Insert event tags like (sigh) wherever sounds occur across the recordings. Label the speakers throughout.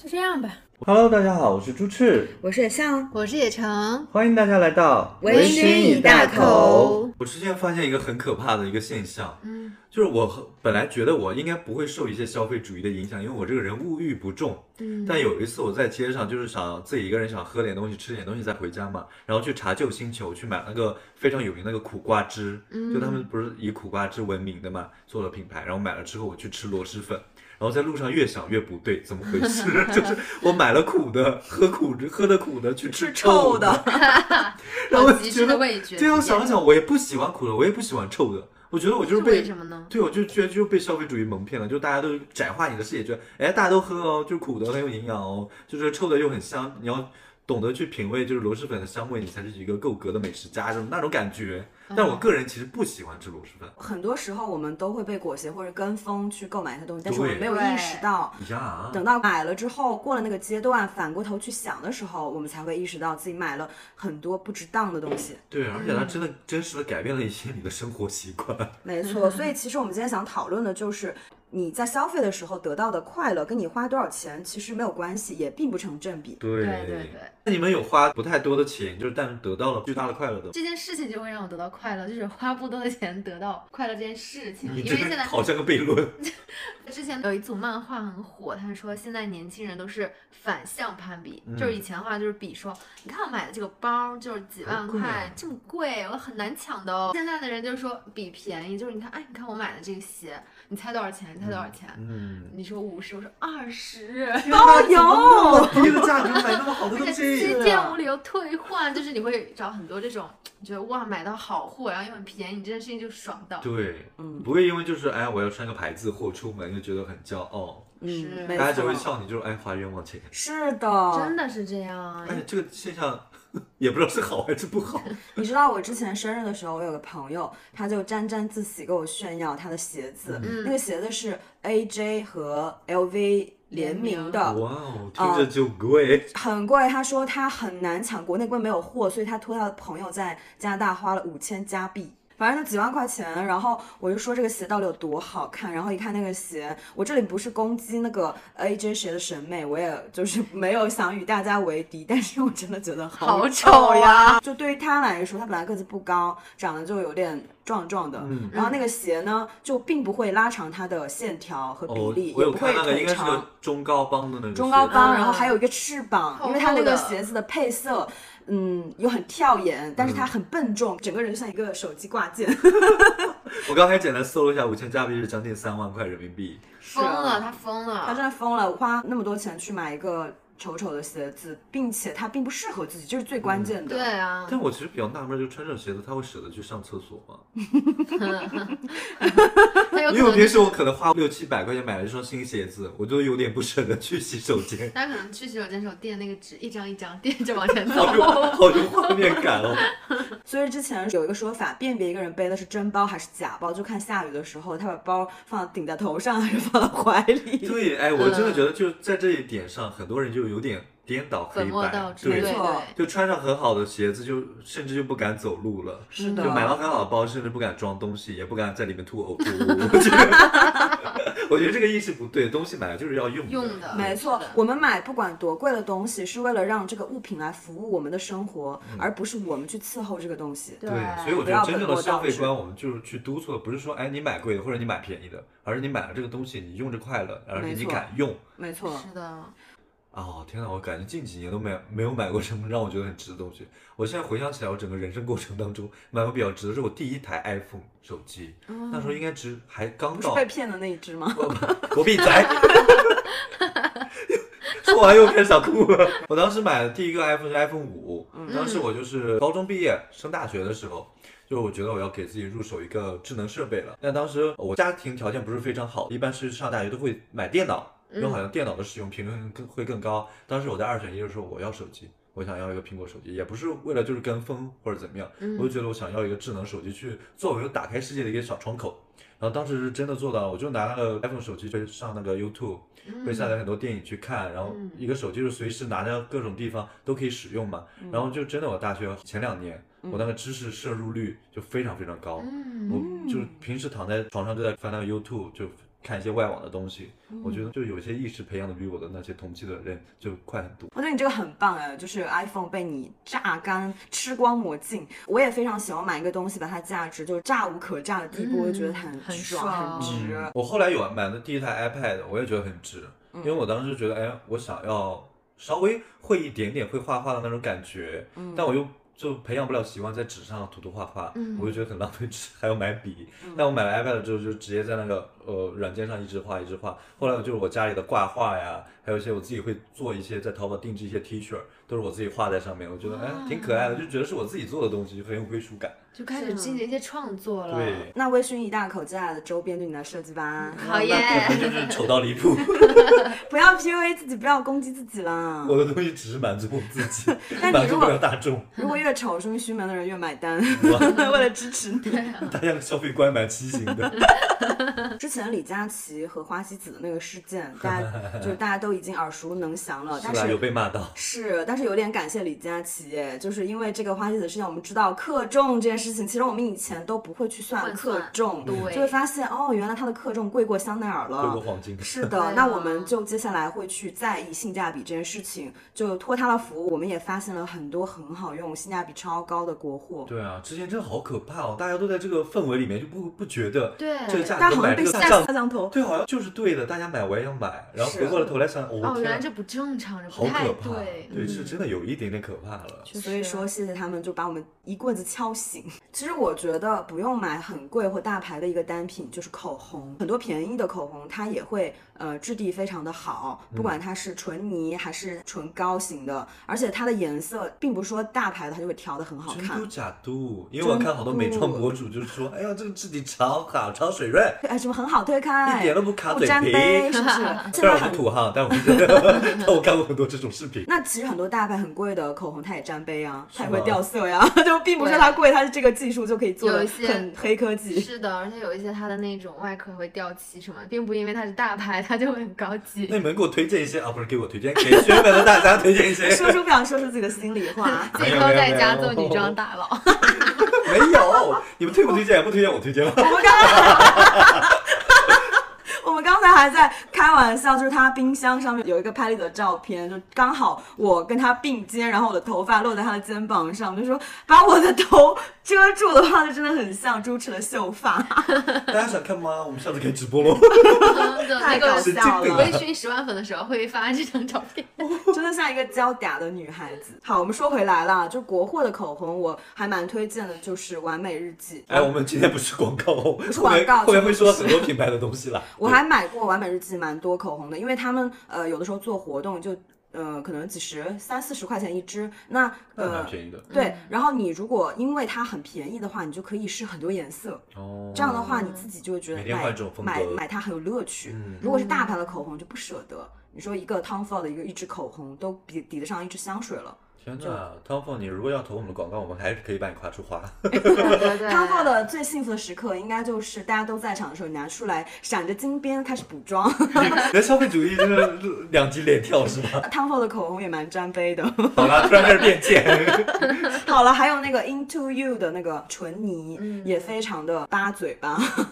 Speaker 1: 就这样 (laughs) 吧。
Speaker 2: Hello，大家好，我是朱赤，
Speaker 3: 我是向，
Speaker 1: 我是野橙，
Speaker 2: 欢迎大家来到
Speaker 3: 微醺一大口。
Speaker 2: 我之前发现一个很可怕的一个现象，
Speaker 1: 嗯
Speaker 2: 就是我很本来觉得我应该不会受一些消费主义的影响，因为我这个人物欲不重。
Speaker 1: 嗯，
Speaker 2: 但有一次我在街上就是想自己一个人想喝点东西，吃点东西再回家嘛，然后去茶旧星球去买那个非常有名那个苦瓜汁，
Speaker 3: 嗯
Speaker 2: 就他们不是以苦瓜汁闻名的嘛，做了品牌，然后买了之后我去吃螺蛳粉。然后在路上越想越不对，怎么回事？ (laughs) 就是我买了苦的，喝苦的，喝的苦的，去吃
Speaker 3: 是臭
Speaker 2: 的，
Speaker 3: 的，
Speaker 2: (laughs) 然后
Speaker 1: 好
Speaker 2: 我
Speaker 1: 极致
Speaker 2: 觉
Speaker 1: 的
Speaker 2: 得
Speaker 1: 味觉
Speaker 2: 这样
Speaker 1: 体验
Speaker 2: 想想，我也不喜欢苦的，我也不喜欢臭的。我觉得我就是
Speaker 1: 这为
Speaker 2: 被
Speaker 1: 什么呢？
Speaker 2: 对，我就觉得就是被消费主义蒙骗了，就大家都窄化你的视野，觉得哎，大家都喝哦，就是苦的很有营养哦，就是臭的又很香，你要懂得去品味就是螺蛳粉的香味，你才是一个够格的美食家，就是那种感觉。
Speaker 1: 嗯
Speaker 2: 但我个人其实不喜欢吃螺蛳粉，
Speaker 3: 很多时候我们都会被裹挟或者跟风去购买一些东西，但是我
Speaker 2: 对
Speaker 3: 们没有意识到。
Speaker 2: 呀，
Speaker 3: 等到买了之后，过了那个阶段，反过头去想的时候，我们才会意识到自己买了很多不值当的东西。
Speaker 2: 对，而
Speaker 1: 嗯
Speaker 2: 且它真的真实的改变了一些你的生活习惯。
Speaker 3: 没错，所以其实我们今天想讨论的就是，你在消费的时候得到的快乐，跟你花多少钱其实没有关系，也并不成正比。
Speaker 2: 对
Speaker 1: 对对对。
Speaker 2: 那你们有花不太多的钱，就是但是得到了巨大的快乐的吗，
Speaker 1: 这件事情就会让我得到快乐，就是花不多的钱得到快乐这件事情。
Speaker 2: 你
Speaker 1: 因
Speaker 2: 这
Speaker 1: 为
Speaker 2: 个
Speaker 1: 现在
Speaker 2: 好像个悖论。
Speaker 1: 之前有一组漫画很火，他说现在年轻人都是反向攀比，
Speaker 2: 嗯
Speaker 1: 就是以前的话就是比说，你看我买的这个包就是几万
Speaker 2: 好贵啊
Speaker 1: 块，这么贵，我很难抢的哦。现在的人就是说比便宜，就是你看，哎，你看我买的这个鞋，你猜多少钱？你猜多少钱？
Speaker 2: 嗯，
Speaker 1: 你说五十，我说二十，
Speaker 3: 包邮，
Speaker 2: 低的价格买那么好
Speaker 1: (laughs)
Speaker 2: 的
Speaker 1: 而
Speaker 2: 东
Speaker 1: 且
Speaker 2: 西
Speaker 1: 去
Speaker 3: 是，
Speaker 1: 店无理由退换，就是你会找很多这种，你觉得哇买到好货，然后又很便宜，你这件事情就爽到。
Speaker 2: 对，
Speaker 3: 嗯
Speaker 2: 不会因为就是哎，我要穿个牌子货出门就觉得很骄傲，
Speaker 1: 是
Speaker 3: 嗯，没
Speaker 2: 大家只会
Speaker 3: 错，嗯
Speaker 2: 笑你就是哎花冤枉钱。
Speaker 3: 是的，
Speaker 1: 真的是这样，啊
Speaker 2: 哎，这个现象 (laughs) 也不知道是好还是不
Speaker 3: (laughs)
Speaker 2: 好。
Speaker 3: 你知道我之前生日的时候，我有个朋友，他就沾沾自喜跟我炫耀他的鞋子，
Speaker 1: 嗯
Speaker 3: 那个鞋子是 AJ 和 LV 联名
Speaker 2: 哇
Speaker 3: 的，
Speaker 2: 哦，听着就贵。
Speaker 3: 很贵。他说他很难抢，国内根本没有货，所以他托他的朋友在加拿大花了五千加币。反正就几万块钱，然后我就说这个鞋到底有多好看，然后一看那个鞋，我这里不是攻击那个 AJ 鞋的审美，我也就是没有想与大家为敌，但是我真的觉得
Speaker 1: 好
Speaker 3: 丑
Speaker 2: 哎
Speaker 1: 丑呀！
Speaker 3: 就对于他来说，他本来个子不高，长得就有点壮壮的，
Speaker 2: 嗯
Speaker 3: 然后那个鞋呢，就并不会拉长它的线条和
Speaker 2: 哦
Speaker 3: 比例，，
Speaker 2: 我
Speaker 3: 也
Speaker 2: 有
Speaker 3: 不会
Speaker 2: 看那个，应
Speaker 3: 腿
Speaker 2: 该是
Speaker 3: 长
Speaker 2: 个。中高帮的那个
Speaker 3: 中高
Speaker 2: 鞋
Speaker 3: 帮，
Speaker 1: 嗯
Speaker 3: 然后还有一个翅膀，
Speaker 1: 厚
Speaker 3: 因为它那
Speaker 1: 厚
Speaker 3: 个
Speaker 1: 的
Speaker 3: 鞋子的配色，嗯，又很跳眼，但是
Speaker 2: 嗯
Speaker 3: 它很笨重，整个人就像一个手机挂件。
Speaker 2: 我刚才简单搜了一下，五千加币是将近三万块人民币。
Speaker 1: (laughs) 疯了，他疯
Speaker 3: 啊他
Speaker 1: 了。
Speaker 3: 真的疯了，花那么多钱去买一个丑丑的鞋子，并且它并不适合自己，这是最
Speaker 2: 嗯
Speaker 3: 关键的。
Speaker 1: 对
Speaker 2: (laughs)
Speaker 1: 啊，
Speaker 2: 但我其实比较纳闷，就穿这种鞋子，他会舍得去上厕所吗？
Speaker 1: 他有可
Speaker 2: 因为我
Speaker 1: 能
Speaker 2: 平
Speaker 1: 就
Speaker 2: 时
Speaker 1: 是，，
Speaker 2: 我可能花六七百块钱买了一双新鞋子，我就有点不舍得去洗手间
Speaker 1: 他可能去洗手间的时候垫那个纸，一张一张垫着往
Speaker 2: (laughs)
Speaker 1: 前走。
Speaker 3: (laughs)
Speaker 1: (laughs)
Speaker 2: 好有好有画面感哦。
Speaker 3: 所以之前有一个说法，辨别一个人背的是真包还是假包，就看下雨的时候他把包放顶在头上还是放到怀
Speaker 1: (laughs)
Speaker 3: 里。
Speaker 2: 对，哎，我真的觉得就在这一点上，很多人就有点颠倒黑
Speaker 1: 粉末倒
Speaker 2: 白，
Speaker 1: 置，
Speaker 3: 没
Speaker 1: 对
Speaker 2: 对，
Speaker 3: 错
Speaker 1: 对，
Speaker 2: 就穿上很好的鞋子，就甚至就不敢走路了。
Speaker 3: 是
Speaker 2: 就
Speaker 3: 的，
Speaker 2: 买到很好的包，甚至不敢装东西，也不敢在里面吐呕吐
Speaker 3: (laughs)
Speaker 2: 物。 (laughs) 我觉得，我觉得这个意识不对，东西买来就是要用
Speaker 1: 用的
Speaker 3: 没错
Speaker 1: 是的，
Speaker 3: 我们买不管多贵的东西，是为了让这个物品来服务我们的生活，
Speaker 2: 嗯
Speaker 3: 而不是我们去伺候这个东西。
Speaker 1: 对
Speaker 2: 对，所以我
Speaker 3: 不
Speaker 2: 觉
Speaker 3: 要
Speaker 2: 得真正的
Speaker 3: 本末
Speaker 2: 消
Speaker 3: 倒
Speaker 2: 费
Speaker 3: 置
Speaker 2: 观，我们就是去督促的，不是说哎你买贵的或者你买便宜的，而是你买了这个东西，你用着快乐，而且
Speaker 3: 没
Speaker 2: 你
Speaker 3: 错
Speaker 2: 敢用。
Speaker 3: 没错，
Speaker 1: 是的，
Speaker 2: 哦，天哪！我感觉近几年都没有没有买过什么让我觉得很值的东西。我现在回想起来，我整个人生过程当中，买过比较值的是我第一台 iPhone 手机，那时候应该值还刚
Speaker 3: 哦不是
Speaker 2: 到。
Speaker 3: 被骗的那一只吗？ (laughs)
Speaker 2: (laughs) 我闭嘴！说完又开始想哭了。我当时买的第一个 iPhone 是 iPhone 五，当时我就是高中毕业升大学的时候，就是我觉得我要给自己入手一个智能设备了。但当时我家庭条件不是非常好，一般是上大学都会买电脑，因为好像电脑的使用频率更会更高。当时我在二选一的时候，我要手机。我想要一个苹果手机，也不是为了就是跟风或者怎么样，我就觉得我想要一个智能手机去作为我打开世界的一个小窗口。然后当时是真的做到了，我就拿那个 iPhone 手机去上那个 YouTube，会
Speaker 1: 嗯
Speaker 2: 下载很多电影去看，然后一个手机就随时拿着各种地方都可以使用嘛。然后就真的我大学前两年，我那个知识摄入率就非常非常高。
Speaker 1: 嗯，
Speaker 2: 我就是平时躺在床上就在翻那个 YouTube，就看一些外网的东西。我觉得就有些意识培养的比我的那些同期的人就快很多。
Speaker 3: 我觉得你这个很棒哎，就是 iPhone 被你榨干、吃光磨尽。我也非常喜欢买一个东西，把它价值就是榨无可榨的地步，
Speaker 1: 嗯
Speaker 3: 我就觉得很
Speaker 4: 很
Speaker 3: 爽、
Speaker 4: 爽
Speaker 3: 很值。
Speaker 2: 嗯我后来有买的第一台 iPad，我也觉得很值，因为我当时觉得，哎，我想要稍微会一点点会画画的那种感觉，但我又就培养不了习惯在纸上涂涂画画，
Speaker 1: 嗯
Speaker 2: 我就觉得很浪费纸，还要买笔。但我买了 iPad 之后，就直接在那个呃软件上一直画一直画。后来就是我家里的挂画呀，还有一些我自己会做一些在淘宝定制一些 T 恤，都是我自己画在上面，我觉得哎挺可爱的，就觉得是我自己做的东西，就很有归属感。
Speaker 1: 就开始进行一些创作了。
Speaker 2: 对，
Speaker 3: 那微醺一大口接下来的周边就你来设计吧，
Speaker 1: 好耶
Speaker 2: 那可能就是丑到离谱。
Speaker 3: 不要 PUA 自己，不要攻击自己啦。
Speaker 2: 我的东西只是满足我自己
Speaker 3: (laughs) 那，你
Speaker 2: 满
Speaker 3: 如
Speaker 2: 足
Speaker 3: 果
Speaker 2: 不了大众。
Speaker 3: 如果越丑，说明虚门的人越买单，为了支持你。
Speaker 2: 大家的消费观蛮畸形的。
Speaker 3: (laughs) 之前李佳琦和花西子的那个事件，
Speaker 2: (laughs)
Speaker 3: 大家就是大家都已经耳熟能详了，但
Speaker 2: 是吧？有
Speaker 3: 是。
Speaker 2: 被骂到。
Speaker 3: 是，但是有点感谢李佳琦耶，就是因为这个花西子事件，我们知道克重这件事情，其实我们以前都不会去算
Speaker 1: 换
Speaker 3: 克
Speaker 1: 算
Speaker 3: 重，
Speaker 1: 对
Speaker 3: 就会发现哦，原来它的克重贵过香奈儿
Speaker 2: 贵过
Speaker 3: 了。
Speaker 2: 黄金，
Speaker 3: 是
Speaker 1: 对
Speaker 3: 的
Speaker 1: 啊，
Speaker 3: 那我们就接下来会去在意性价比这件事情，就托他的福，我们也发现了很多很好用、性价比超高的国货。
Speaker 2: 对啊，之前真的好可怕哦！大家都在这个氛围里面，就不不觉得
Speaker 1: 对
Speaker 2: 这个价
Speaker 3: 但
Speaker 2: 格
Speaker 3: 好像
Speaker 2: 买
Speaker 3: 被
Speaker 2: 这个
Speaker 3: 下
Speaker 2: 账，
Speaker 3: 下降头，
Speaker 2: 对，好像就是对的，大家买我也要买，然后
Speaker 3: 是
Speaker 2: 回过了头来想，我、
Speaker 1: 哦，
Speaker 2: 天
Speaker 1: 原来
Speaker 2: 啊，
Speaker 1: 这不正常，这
Speaker 2: 好
Speaker 1: 不太
Speaker 2: 可怕，
Speaker 1: 对。
Speaker 2: 对，
Speaker 3: 嗯
Speaker 2: 是真的有一点点可怕了。
Speaker 4: 确实
Speaker 3: 所以说，谢谢他们，就把我们一棍子敲醒。其实我觉得不用买很贵或大牌的一个单品，就是口红，很多便宜的口红它也会呃质地非常的好，
Speaker 2: 嗯
Speaker 3: 不管它是唇泥还是唇膏型的，而且它的颜色并不是说大牌的它就会调的很好
Speaker 2: 真嘟
Speaker 3: 看。
Speaker 2: 假嘟，因为我看好多美妆博主就是说，哎呀，这个质地超好，超水润，
Speaker 3: 哎，什么很好推开，
Speaker 2: 一点都不卡
Speaker 3: 不
Speaker 2: 嘴
Speaker 3: 沾
Speaker 2: 皮
Speaker 3: 杯，
Speaker 2: (laughs)
Speaker 3: 是不是？现
Speaker 2: 虽然我
Speaker 3: 在
Speaker 2: 啊不
Speaker 3: 很
Speaker 2: 土哈，但我 (laughs) 但我看过很多这种视频。
Speaker 3: 那其实很多大牌很贵的口红，它也沾杯啊，它也
Speaker 2: 是
Speaker 3: 会
Speaker 2: 吗
Speaker 3: 掉色呀， (laughs) 就并不是
Speaker 1: 对
Speaker 3: 它贵，它是这个技术就可以做
Speaker 1: 有
Speaker 3: 的
Speaker 1: 一些
Speaker 3: 很黑科技。
Speaker 1: 是的，而且有一些它的那种外壳会掉漆什么，并不因为它是大牌，它就会很高级
Speaker 2: 那。你们给我推荐一些啊，不是给我推荐，给学妹们大家推荐一
Speaker 3: (laughs)
Speaker 2: 些。
Speaker 3: 说出不想说出自己的心里
Speaker 1: (laughs)
Speaker 3: 话。
Speaker 1: 自己都在家做女装大
Speaker 3: (laughs)
Speaker 1: 佬，
Speaker 2: 没有，你们推不推荐？不推荐我推荐吧。
Speaker 3: (laughs) 我们刚 (laughs) 才，我们刚才还在开玩笑，就是他冰箱上面有一个拍立得照片，就刚好我跟他并肩，然后我的头发落在他的肩膀上，就说把我的头遮住的话，就真的很像猪吃了秀发。
Speaker 1: 哦
Speaker 2: 大家想看吗？我们下次可以直播喽。
Speaker 1: 真的那
Speaker 3: 太搞
Speaker 1: 个
Speaker 2: 神经
Speaker 3: 笑
Speaker 2: 病
Speaker 3: 了
Speaker 2: 啊
Speaker 1: 微，醺十万粉的时候会发这张照片。
Speaker 3: 真的像一个娇嗲的女孩子。好，我们说回来了，就国货的口红，我还蛮推荐的，就是完美日记。
Speaker 2: 哎，我们今天不是广告哦，
Speaker 3: 是
Speaker 2: 后面
Speaker 3: 广告
Speaker 2: 后面会
Speaker 3: 真
Speaker 2: 说
Speaker 3: 的
Speaker 2: 到很多品牌的东西啦。
Speaker 3: 我还买过完美日记蛮多口红的，因为他们呃有的时候做活动就呃可能几十三四十块钱一支，那
Speaker 2: 对
Speaker 3: 呃
Speaker 2: 蛮便宜的
Speaker 3: 对，然后你如果因为它很便宜的话，你就可以试很多颜色，
Speaker 2: 哦。
Speaker 3: 这样的话你自己就会觉得
Speaker 2: 每天
Speaker 3: 买
Speaker 2: 换一种风
Speaker 3: 买
Speaker 2: 格
Speaker 3: 买它很有乐趣
Speaker 2: 嗯。
Speaker 3: 如果是大牌的口红就不舍得，你说一个 Tom Ford 的一个一支口红都比抵得上一支香水了。
Speaker 2: 天哪，汤凤，你如果要投我们的广告，我们还是可以帮你夸出
Speaker 3: (laughs)
Speaker 2: 花。
Speaker 1: 对对 (laughs) 对
Speaker 3: Tom Ford 的最幸福的时刻应该就是大家都在场的时候，你拿出来闪着金边开始补妆。 (laughs)
Speaker 2: 你的消费主义就是两极连跳是吧？ (laughs)
Speaker 3: Tom Ford 的口红也蛮沾杯的。 (laughs)
Speaker 2: 好啦，突然开始变贱。
Speaker 3: 好了，还有那个 Into You 的那个唇泥，
Speaker 1: 嗯
Speaker 3: 也非常的扒嘴巴， (laughs)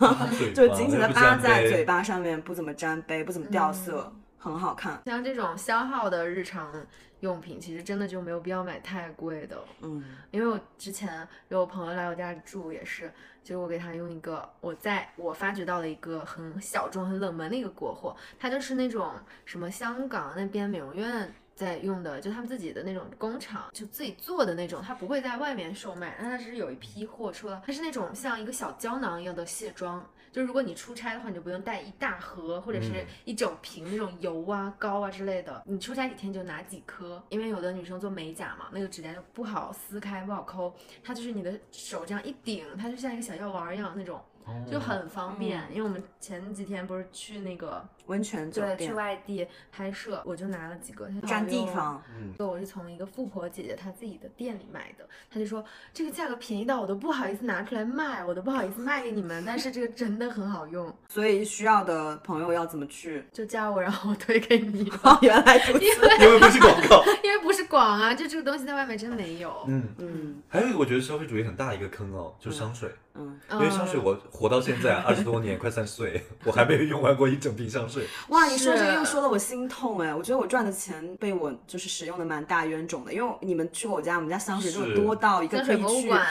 Speaker 3: 就紧紧的扒在嘴巴上面，不怎么沾杯，不怎么掉色，
Speaker 1: 嗯
Speaker 3: 很好看。
Speaker 1: 像这种消耗的日常用品，其实真的就没有必要买太贵的。
Speaker 3: 嗯，
Speaker 1: 因为我之前有朋友来我家里住，也是，就是我给他用一个，我在我发掘到了一个很小众、很冷门的一个国货，它就是那种什么香港那边美容院在用的，就他们自己的那种工厂就自己做的那种，它不会在外面售卖，但它是有一批货出来，它是那种像一个小胶囊一样的卸妆。就如果你出差的话，你就不用带一大盒或者是
Speaker 2: 嗯
Speaker 1: 一整瓶那种油啊、膏啊之类的，你出差几天就拿几颗，因为有的女生做美甲嘛，那个指甲就不好撕开、不好抠，它就是你的手这样一顶，它就像一个小药丸儿一样那种。
Speaker 2: 哦
Speaker 1: 就
Speaker 2: 嗯
Speaker 1: 很方便。因为我们前几天不是去那个
Speaker 3: 温泉酒
Speaker 1: 对去
Speaker 3: 店
Speaker 1: 外地拍摄，我就拿了几个
Speaker 3: 占地。方，
Speaker 2: 嗯
Speaker 1: 对，我是从一个富婆姐姐她自己的店里买的，她就说这个价格便宜到我都不好意思拿出来卖，我都不好意思卖给你们，但是这个真的很好用，
Speaker 3: 所以需要的朋友要怎么去？ (laughs)
Speaker 1: 就加我，然后我推给你。
Speaker 3: 哦，原来
Speaker 1: (laughs)
Speaker 3: 如此。
Speaker 2: 因为不是广告。
Speaker 1: 因为不是广啊，就这个东西在外面真没有。
Speaker 2: 嗯，
Speaker 3: 嗯
Speaker 2: 还有一个我觉得消费主义很大一个坑哦，就是香水。
Speaker 3: 嗯，
Speaker 1: 因
Speaker 2: 因为香水我活到现在啊二十多年，快三十岁，我还没有用完过一整瓶香水。
Speaker 3: 哇，你说这个
Speaker 1: 是
Speaker 3: 又说的我心痛哎，我觉得我赚的钱被我就是使用的蛮大冤种的，因为你们去过我家，我们家香水就是多到一个
Speaker 1: 嗯香
Speaker 3: 可
Speaker 1: 水
Speaker 3: 以
Speaker 1: 博物
Speaker 2: (laughs)
Speaker 3: 去
Speaker 1: 馆，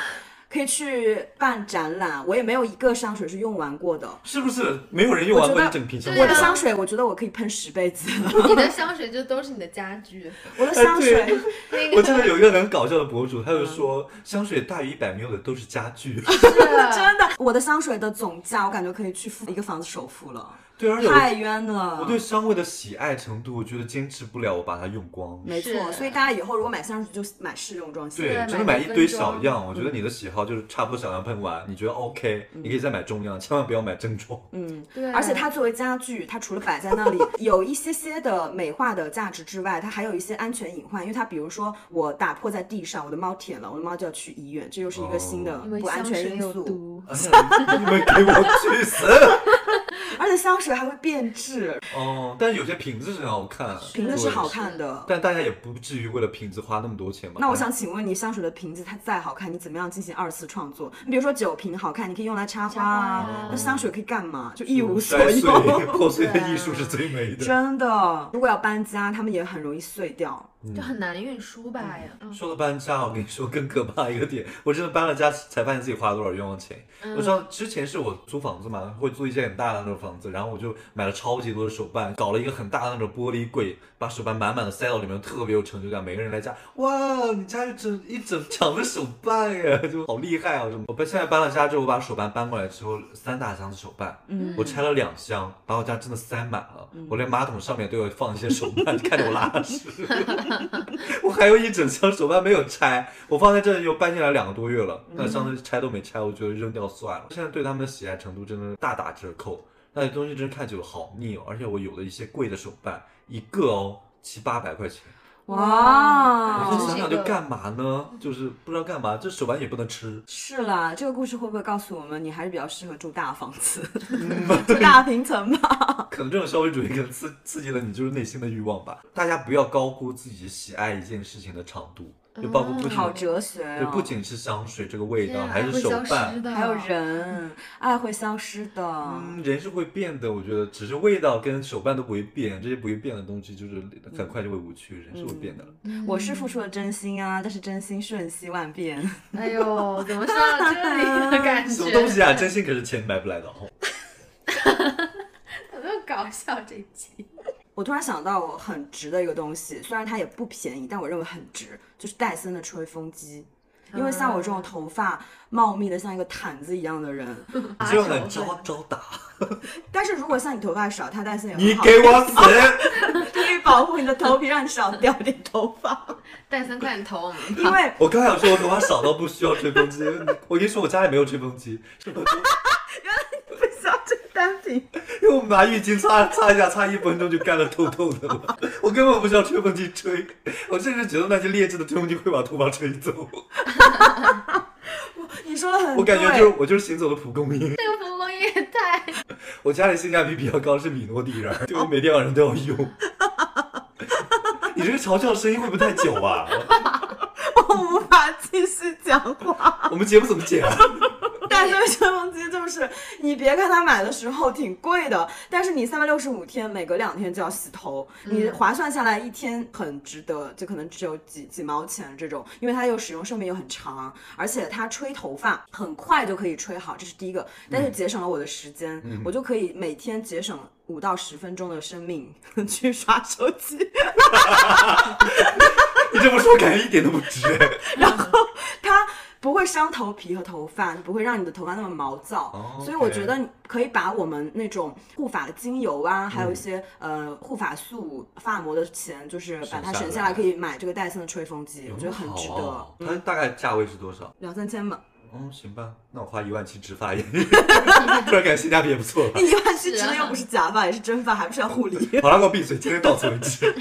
Speaker 3: 可以去办展览，我也没有一个香水是用完过的。
Speaker 2: 是不是没有人用完过一整瓶香
Speaker 1: 对
Speaker 2: 水？
Speaker 1: 啊
Speaker 3: 我的香水，我觉得我可以喷十辈子。
Speaker 2: (laughs)
Speaker 1: 你的香水就都是你的家
Speaker 3: (laughs)
Speaker 1: 居。
Speaker 3: 我的香
Speaker 2: 哎
Speaker 3: 水
Speaker 2: 对，
Speaker 1: 那
Speaker 2: 我
Speaker 1: 个
Speaker 2: 记得有一个很搞笑的博主，他就说香水大于一百 ml 的都是家具。 (laughs)
Speaker 1: 是，
Speaker 3: 真的，我的香水的总价，我感觉可以去付一个房子首付了，
Speaker 2: 对，而且
Speaker 3: 太
Speaker 2: 我
Speaker 3: 冤了。
Speaker 2: 我对香味的喜爱程度，我觉得坚持不了，我把它用光。
Speaker 3: 没错，
Speaker 1: 是
Speaker 3: 所以大家以后如果买香水就买试用装先。
Speaker 2: 对，
Speaker 1: 对
Speaker 2: 真的
Speaker 1: 买
Speaker 2: 买
Speaker 1: 一
Speaker 2: 一
Speaker 1: 分
Speaker 2: 堆
Speaker 1: 钟
Speaker 2: 小样，我觉
Speaker 3: 嗯
Speaker 2: 得你的喜好就是差不多小样喷完，你觉得 OK，你可以再买中样，千万不要买正装。
Speaker 3: 嗯，
Speaker 1: 对
Speaker 3: 而且它作为家具，它除了摆在那里有一些些的美化的价值之外，它还有一些安全隐患，因为它比如说我打破在地上，我的猫舔了，我的猫就要去医院，这又是一个新的
Speaker 1: 哦因为
Speaker 3: 不安
Speaker 1: 香
Speaker 3: 全
Speaker 1: 水
Speaker 3: 因
Speaker 1: 有
Speaker 3: 素。
Speaker 1: 毒。
Speaker 2: 哎呀 (laughs) 你们给我去死！ (laughs)
Speaker 3: 而且香水还会变质，
Speaker 2: 哦，但是有些瓶子是很好看，
Speaker 3: 瓶子是
Speaker 2: 对
Speaker 3: 好看的。
Speaker 2: 但大家也不至于为了瓶子花那么多钱吧？
Speaker 3: 那我想请问你，香水的瓶子它再好看，你怎么样进行二次创作？你比如说酒瓶好看，你可以用来插花
Speaker 1: 插花
Speaker 3: 啊
Speaker 1: 啊，
Speaker 3: 那香水可以干嘛？就
Speaker 2: 哎
Speaker 3: 一无所
Speaker 2: 摔碎 (laughs)
Speaker 3: 有。
Speaker 2: 破碎的艺术是最美的。
Speaker 3: 真的，如果要搬家，他们也很容易碎掉。
Speaker 2: 嗯
Speaker 1: 就很难运输吧呀，嗯
Speaker 2: 说到搬家，我跟你说更可怕一个点，我真的搬了家才发现自己花了多少冤枉钱。我知道之前是我租房子嘛，会租一间很大的那种房子，然后我就买了超级多的手办，搞了一个很大的那种玻璃柜，把手办满满的塞到里面，特别有成就感。每个人来家，哇，你家有整一整墙的手办呀，就好厉害啊！什么？我搬现在搬了家之后，我把手办搬过来之后，三大箱的手办，
Speaker 3: 嗯
Speaker 2: 我拆了两箱，把我家真的塞满了，我连马桶上面都有放一些手办， (laughs) 看着我拉屎。 (laughs) 我还有一整箱手办没有拆，我放在这里又搬进来两个多月了，那上次拆都没拆，我觉得扔掉算了。现在对他们的喜爱程度真的大打折扣，那些东西真的看久了好腻哦。而且我有的一些贵的手办，一个哦七八百块钱，
Speaker 1: 哇哦
Speaker 2: 我就
Speaker 1: 这
Speaker 2: 想想
Speaker 1: 个
Speaker 2: 就干嘛呢？就是不知道干嘛，这手办也不能吃，
Speaker 3: 是啦，这个故事会不会告诉我们，你还是比较适合住大房子，
Speaker 2: 嗯
Speaker 3: (laughs) 住大平层吧？
Speaker 2: 可能这种消费主义可能刺刺激了你就是内心的欲望吧。大家不要高估自己喜爱一件事情的长度，就包括不仅、
Speaker 1: 嗯
Speaker 3: 好哲学
Speaker 2: 对，
Speaker 3: 哦！
Speaker 2: 不仅是香水这个味
Speaker 1: 天
Speaker 2: 道，
Speaker 1: 啊
Speaker 2: 还是
Speaker 1: 会
Speaker 2: 手
Speaker 1: 消失
Speaker 2: 办。
Speaker 1: 的
Speaker 3: 还有人，爱会消失的。
Speaker 2: 嗯，人是会变的，我觉得只是味道跟手办都不会变，这些不会变的东西就是很快就会无趣，人是会变的。
Speaker 1: 嗯
Speaker 3: 我是付出了真心啊，但是真心瞬息万变。 (laughs)
Speaker 1: 哎呦，怎么说到这里的感觉？
Speaker 2: 什么东西啊？真心可是钱买不来的
Speaker 3: 嗯
Speaker 2: 哦。
Speaker 1: 有没有搞笑这一期？
Speaker 3: 我突然想到，我很值的一个东西，虽然它也不便宜，但我认为很值，就是戴森的吹风机。因为像我这种头发茂密的像一个毯子一样的人，
Speaker 2: 你这样很招招打，
Speaker 3: 但是如果像你头发少，它戴森也
Speaker 2: 你
Speaker 3: 很好，
Speaker 2: 给我死！ (laughs)
Speaker 3: 可以保护你的头皮，让你少掉点头
Speaker 2: (laughs)
Speaker 3: 发。
Speaker 1: (laughs) 戴森，快点投我们！
Speaker 3: 因为
Speaker 2: 我刚想说，我头发少到不需要吹风机。我跟你说，我家里没有吹风机，是我
Speaker 3: 不想这单品，
Speaker 2: 因为我们拿浴巾擦擦一下，擦一分钟就干了透透的了。 (laughs) 我根本不需要吹风机吹，我甚至觉得那些劣质的吹风机会把头发吹走。
Speaker 3: 你说的很对。
Speaker 2: 我感觉就是我就是行走的蒲公英。
Speaker 1: 这个蒲公英也太……
Speaker 2: 我家里性价比比较高是米诺地尔，对我每天晚上都要用。 (laughs) 你这个嘲笑声音会不会太久啊？
Speaker 3: 我无法继续讲 (laughs) 话。
Speaker 2: 我们节目怎么剪啊？
Speaker 3: 戴森吹风机就是，你别看它买的时候挺贵的，但是你三百六十五天每隔两天就要洗头，你划算下来一天很值得，就可能只有几几毛钱这种，因为它又使用寿命又很长，而且它吹头发很快就可以吹好，这是第一个，但是节省了我的时间，
Speaker 2: 嗯
Speaker 3: 我就可以每天节省五到十分钟的生命 (laughs) 去刷手机。
Speaker 2: 你这么说感觉一点都不值哎。
Speaker 3: 它不会伤头皮和头发，不会让你的头发那么毛躁。
Speaker 2: 哦，OK
Speaker 3: 所以我觉得你可以把我们那种护发的精油啊，
Speaker 2: 嗯
Speaker 3: 还有一些呃护发素、发膜的钱，就是把
Speaker 2: 省
Speaker 3: 它
Speaker 2: 下
Speaker 3: 省下
Speaker 2: 来
Speaker 3: 来，可以买这
Speaker 2: 啊
Speaker 3: 个戴森的吹风机，我觉得很值得嗯
Speaker 2: 好。啊它大概价位是多少？ (laughs)
Speaker 3: 两三千吧，
Speaker 2: 嗯，行吧。那我花一万去植发也， (laughs) 突然感觉性价比也不错吧。
Speaker 3: 一万去
Speaker 1: 啊
Speaker 3: 植的又不是假发，也是真发，还不是要护理？
Speaker 2: (laughs) 好了，给我闭嘴，今天到此为止，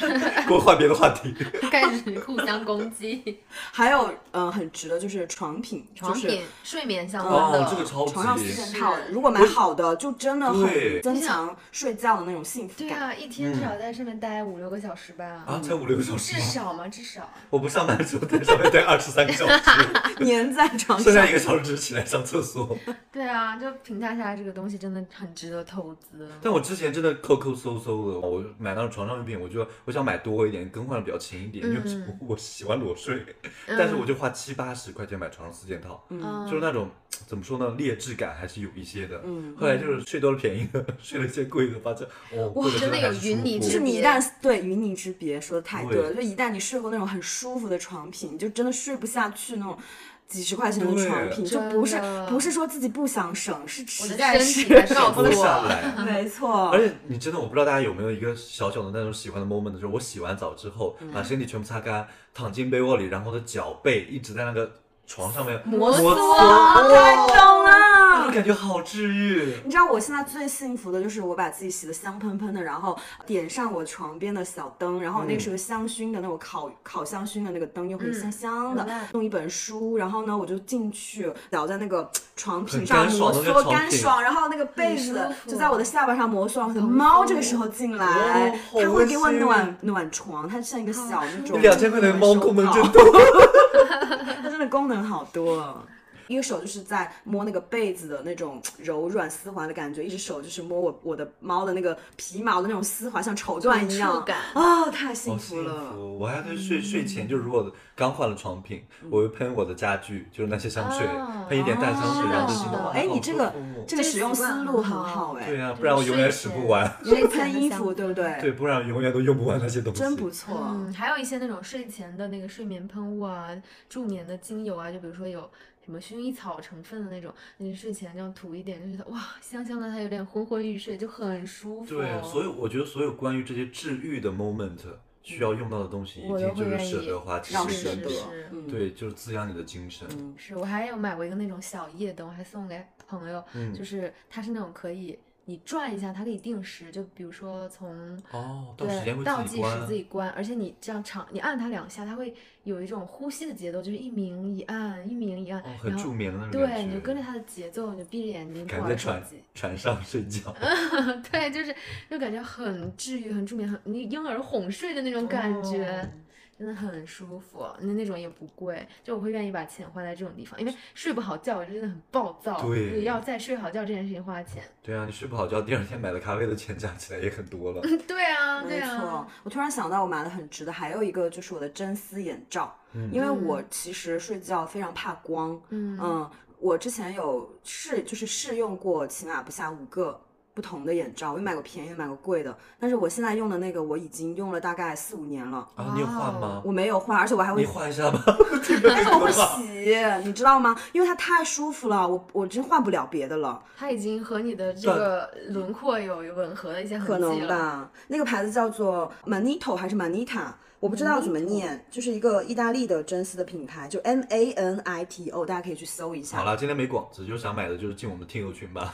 Speaker 2: 给我换别的话题。
Speaker 1: 开始互相攻击。
Speaker 3: 还有，嗯、很值的就是床品，
Speaker 1: 床
Speaker 3: 就是
Speaker 1: 品、睡眠相关
Speaker 2: 哦
Speaker 1: 的，，
Speaker 2: 这个超
Speaker 3: 床上四
Speaker 2: 级，
Speaker 3: 件套
Speaker 1: 是，
Speaker 3: 如果买好的，就真的
Speaker 2: 对
Speaker 3: 很增强睡觉的那种幸福
Speaker 1: 对
Speaker 3: 感。
Speaker 1: 啊，一天至少在上面待五六个小时吧。
Speaker 2: 啊，才五六个小时
Speaker 1: 至
Speaker 2: 吗？
Speaker 1: 少嘛，至少。
Speaker 2: 我不上班的时候在上面待二十三个小时，
Speaker 3: 粘在
Speaker 2: (laughs)
Speaker 3: 床
Speaker 2: 剩
Speaker 3: 上
Speaker 2: 下，一个小时只是起来上厕所。
Speaker 1: 对啊，就评价下来，这个东西真的很值得投资。
Speaker 2: 但我之前真的抠抠搜搜的，我买那种床上用品，我就我想买多一点，更换的比较勤一点，因为
Speaker 1: 嗯
Speaker 2: (laughs) 我喜欢裸睡，
Speaker 1: 嗯
Speaker 2: 但是我就花七八十块钱买床上四件套，
Speaker 1: 嗯
Speaker 2: 就是那种怎么说呢，劣质感还是有一些的。
Speaker 3: 嗯
Speaker 2: 后来就是睡多了便宜的， (laughs) 睡了一些贵的，发现哦，
Speaker 3: 哇
Speaker 2: 贵的
Speaker 1: 真的
Speaker 2: 还
Speaker 1: 有
Speaker 2: 是
Speaker 1: 云
Speaker 2: 舒
Speaker 1: 里
Speaker 2: 服
Speaker 1: 之
Speaker 3: 就是你一旦对云泥之别说的太对了，
Speaker 2: 对
Speaker 3: 就一旦你睡过那种很舒服的床品，你就真的睡不下去那种。几十块钱的床品，
Speaker 1: 对
Speaker 3: 就不是
Speaker 1: 真的
Speaker 3: 不是说自己不想省，是
Speaker 1: 我
Speaker 3: 实在
Speaker 1: 的
Speaker 3: 是
Speaker 1: 身体在告
Speaker 2: (laughs) 省
Speaker 1: 诉 (laughs)
Speaker 2: 不下
Speaker 1: 我，
Speaker 2: 来。
Speaker 3: 没错
Speaker 2: 而。且你真的，我不知道大家有没有一个小小的那种喜欢的 moment，就是我洗完澡之后，
Speaker 1: 嗯
Speaker 2: 把身体全部擦干，躺进被窝里，然后我的脚背一直在那个床上面
Speaker 1: 摩
Speaker 2: 摩
Speaker 1: 挲
Speaker 2: 哇，那
Speaker 3: 太懂了
Speaker 2: 种。感觉好治愈。
Speaker 3: 你知道我现在最幸福的就是我把自己洗得香喷喷的，然后点上我床边的小灯，然后
Speaker 2: 嗯
Speaker 3: 那个是个香薰的那种烤烤香薰的那个灯，又很香香的
Speaker 1: 明白，
Speaker 3: 弄一本书，然后呢我就进去倒在那个床品
Speaker 2: 很
Speaker 3: 上
Speaker 2: 干
Speaker 3: 摩
Speaker 2: 爽的那个
Speaker 3: 挲
Speaker 2: 床
Speaker 3: 干
Speaker 2: 品
Speaker 3: 爽，然后那个被子
Speaker 1: 很舒服
Speaker 3: 就在我的下巴上摩挲，然后我的猫这个时候进来
Speaker 2: 哦，好
Speaker 3: 它会
Speaker 2: 温
Speaker 3: 给我
Speaker 2: 馨
Speaker 3: 暖暖床，它像一个小那种
Speaker 2: 两千块钱的猫功能真多，
Speaker 3: 它真的功能好多。一个手就是在摸那个被子的那种柔软丝滑的感觉，一只手就是摸我我的猫的那个皮毛的那种丝滑，像绸缎一
Speaker 1: 触
Speaker 3: 样，
Speaker 1: 感
Speaker 3: 啊、太幸
Speaker 2: 好
Speaker 3: 福
Speaker 2: 幸
Speaker 3: 了。
Speaker 2: 福！我还在睡睡前，就如果刚换了床品，我会喷我的家具，就是那些香水
Speaker 1: 嗯啊，
Speaker 2: 喷一点淡香水，
Speaker 1: 哦
Speaker 2: 然后就觉
Speaker 1: 是
Speaker 2: 得
Speaker 1: 的
Speaker 3: 哎，你这个
Speaker 2: 好舒服
Speaker 3: 这个使用思路很好哎，
Speaker 2: 对呀，啊不然我永远使不
Speaker 3: (laughs)
Speaker 2: 完，
Speaker 1: 睡前
Speaker 3: 可以喷衣服，对不对？
Speaker 2: 对，不然永远都用不完那些东西。
Speaker 3: 真不错。
Speaker 1: 嗯，还有一些那种睡前的那个睡眠喷雾啊、助眠的精油啊，就比如说有什么薰衣草成分的那种，你睡前这样涂一点，就觉得哇，香香的，它有点昏昏欲睡，就很舒服。
Speaker 2: 对，所以我觉得所有关于这些治愈的 moment 需要用到的东西，一
Speaker 1: 我都会
Speaker 2: 定就是
Speaker 1: 愿
Speaker 2: 舍
Speaker 1: 意
Speaker 2: 得花钱
Speaker 3: 让
Speaker 1: 是
Speaker 3: 舍
Speaker 1: 是
Speaker 3: 得
Speaker 2: 去
Speaker 1: 是
Speaker 3: 嗯
Speaker 2: 对，就是滋养你的精神。
Speaker 3: 嗯
Speaker 1: 是我还有买过一个那种小夜灯，我还送给朋友，
Speaker 2: 嗯
Speaker 1: 就是它是那种可以你转一下，它可以定时，就比如说从。
Speaker 2: 哦，到时间
Speaker 1: 对，
Speaker 2: 会
Speaker 1: 倒
Speaker 2: 自
Speaker 1: 计
Speaker 2: 己
Speaker 1: 时
Speaker 2: 关
Speaker 1: 自。己关，而且你这样长，你按它两下，它会有一种呼吸的节奏，就是一鸣一按，一鸣一按，
Speaker 2: 哦，很
Speaker 1: 然
Speaker 2: 助
Speaker 1: 后
Speaker 2: 眠的那种感觉。
Speaker 1: 对，你就跟着它的节奏，你就闭着眼睛不
Speaker 2: 感觉
Speaker 1: 玩
Speaker 2: 在
Speaker 1: 手
Speaker 2: 船
Speaker 1: 机，
Speaker 2: 船上睡觉。
Speaker 1: 对，就是就感觉很治愈、很助眠、很你婴儿哄睡的那种感觉，
Speaker 3: 哦
Speaker 1: 真的很舒服。那那种也不贵，就我会愿意把钱花在这种地方，因为睡不好觉我就真的很暴躁，
Speaker 2: 对
Speaker 1: 所以要在睡好觉这件事情花钱。 (laughs)
Speaker 2: 对啊，你睡不好觉，第二天买的咖啡的钱加起来也很多
Speaker 3: (laughs)
Speaker 2: 了。
Speaker 1: 对啊，对
Speaker 3: 没错
Speaker 1: 啊，，
Speaker 3: 我突然想到，我买的很值的，还有一个就是我的真丝眼罩，
Speaker 2: 嗯
Speaker 3: 因为我其实睡觉非常怕光，
Speaker 1: 嗯
Speaker 3: 嗯，我之前有试，就是试用过，起码不下五个不同的眼罩，我有买过便宜的，买过贵的。但是我现在用的那个，我已经用了大概四五年了，
Speaker 2: 啊，你有换吗？
Speaker 3: 我没有换，而哦且我还
Speaker 2: 你
Speaker 3: 会，
Speaker 2: 换一下吧。 (laughs) 但
Speaker 3: 但是我会洗，你知道吗？因为它太舒服了，我我真换不了别的了，
Speaker 1: 它已经和你的这个轮廓有有吻合的一些
Speaker 3: 可
Speaker 1: 痕迹
Speaker 3: 能
Speaker 1: 了。
Speaker 3: 吧。那个牌子叫做 Manito 还是 Manita，我不知道怎么
Speaker 1: Manito
Speaker 3: 念，就是一个意大利的真丝的品牌，就 M A N I T O，大家可以去搜一下。
Speaker 2: 好啦，今天没广子，就是想买的就是进我们的听友群
Speaker 3: (laughs)
Speaker 2: 吧，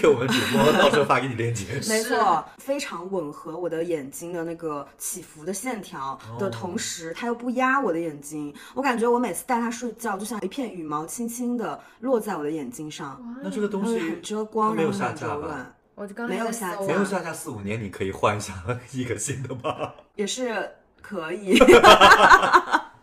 Speaker 2: 给我们主播，到时候发给你链接。
Speaker 3: 没
Speaker 1: 是
Speaker 3: 错，非常吻合我的眼睛的那个起伏的线条
Speaker 2: 哦
Speaker 3: 的同时，它又不压我的眼睛。我感觉我每次戴它睡觉，就像一片羽毛轻轻的落在我的眼睛上，
Speaker 2: 那这个东
Speaker 3: 它会
Speaker 2: 西
Speaker 3: 哎很遮
Speaker 2: 它
Speaker 3: 光，
Speaker 2: 嗯没有
Speaker 3: 然后
Speaker 2: 下
Speaker 3: 很
Speaker 2: 架
Speaker 3: 柔
Speaker 2: 吧
Speaker 3: 软？。
Speaker 1: 我就刚
Speaker 3: 没
Speaker 1: 才
Speaker 3: 有
Speaker 1: 在
Speaker 3: 下
Speaker 1: 搜
Speaker 3: 架
Speaker 2: 没有
Speaker 1: 啊
Speaker 2: 下架四五年，你可以换一下 (laughs) 一个新的吧。
Speaker 3: 也是
Speaker 2: (laughs)
Speaker 3: 可以。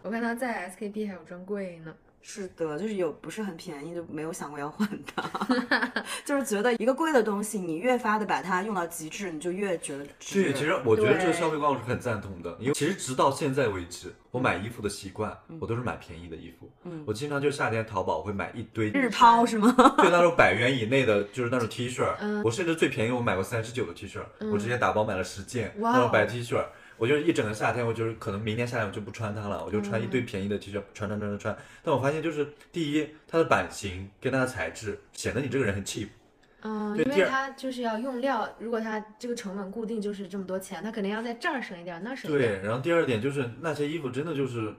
Speaker 1: 我看它在 SKP 还有专柜呢。
Speaker 3: 是的，就是有不是很便宜，就没有想过要换它，
Speaker 2: (laughs)
Speaker 3: 就是觉得一个贵的东西，你越发的把它用到极致，你就越觉得值。
Speaker 2: 对，其实我觉得
Speaker 1: 对
Speaker 2: 这个消费观我是很赞同的，因为其实直到现在为止，我买衣服的习惯，我都是买便宜的衣服。
Speaker 3: 嗯
Speaker 2: 我经常就夏天淘宝会买一堆
Speaker 3: 日抛是吗？
Speaker 2: (laughs) 对那种百元以内的，就是那种 T 恤儿，
Speaker 1: 嗯
Speaker 2: 我甚至最便宜我买过三十九的 T 恤儿，我直接打包买了十件
Speaker 1: 哇哦
Speaker 2: 那种白 T 恤儿，我就一整个夏天，我就是可能明年夏天我就不穿它了，我就穿一堆
Speaker 1: 嗯
Speaker 2: 便宜的 T 恤，穿穿穿穿穿。但我发现就是第一，它的版型跟它的材质显得你这个人很 cheap，
Speaker 1: 嗯，
Speaker 2: 对
Speaker 1: 因
Speaker 2: 第
Speaker 1: 为
Speaker 2: 二
Speaker 1: 它就是要用料，如果它这个成本固定就是这么多钱，它肯定要在这儿省一点儿，那儿省一点儿。
Speaker 2: 对，然后第二点就是那些衣服真的就是，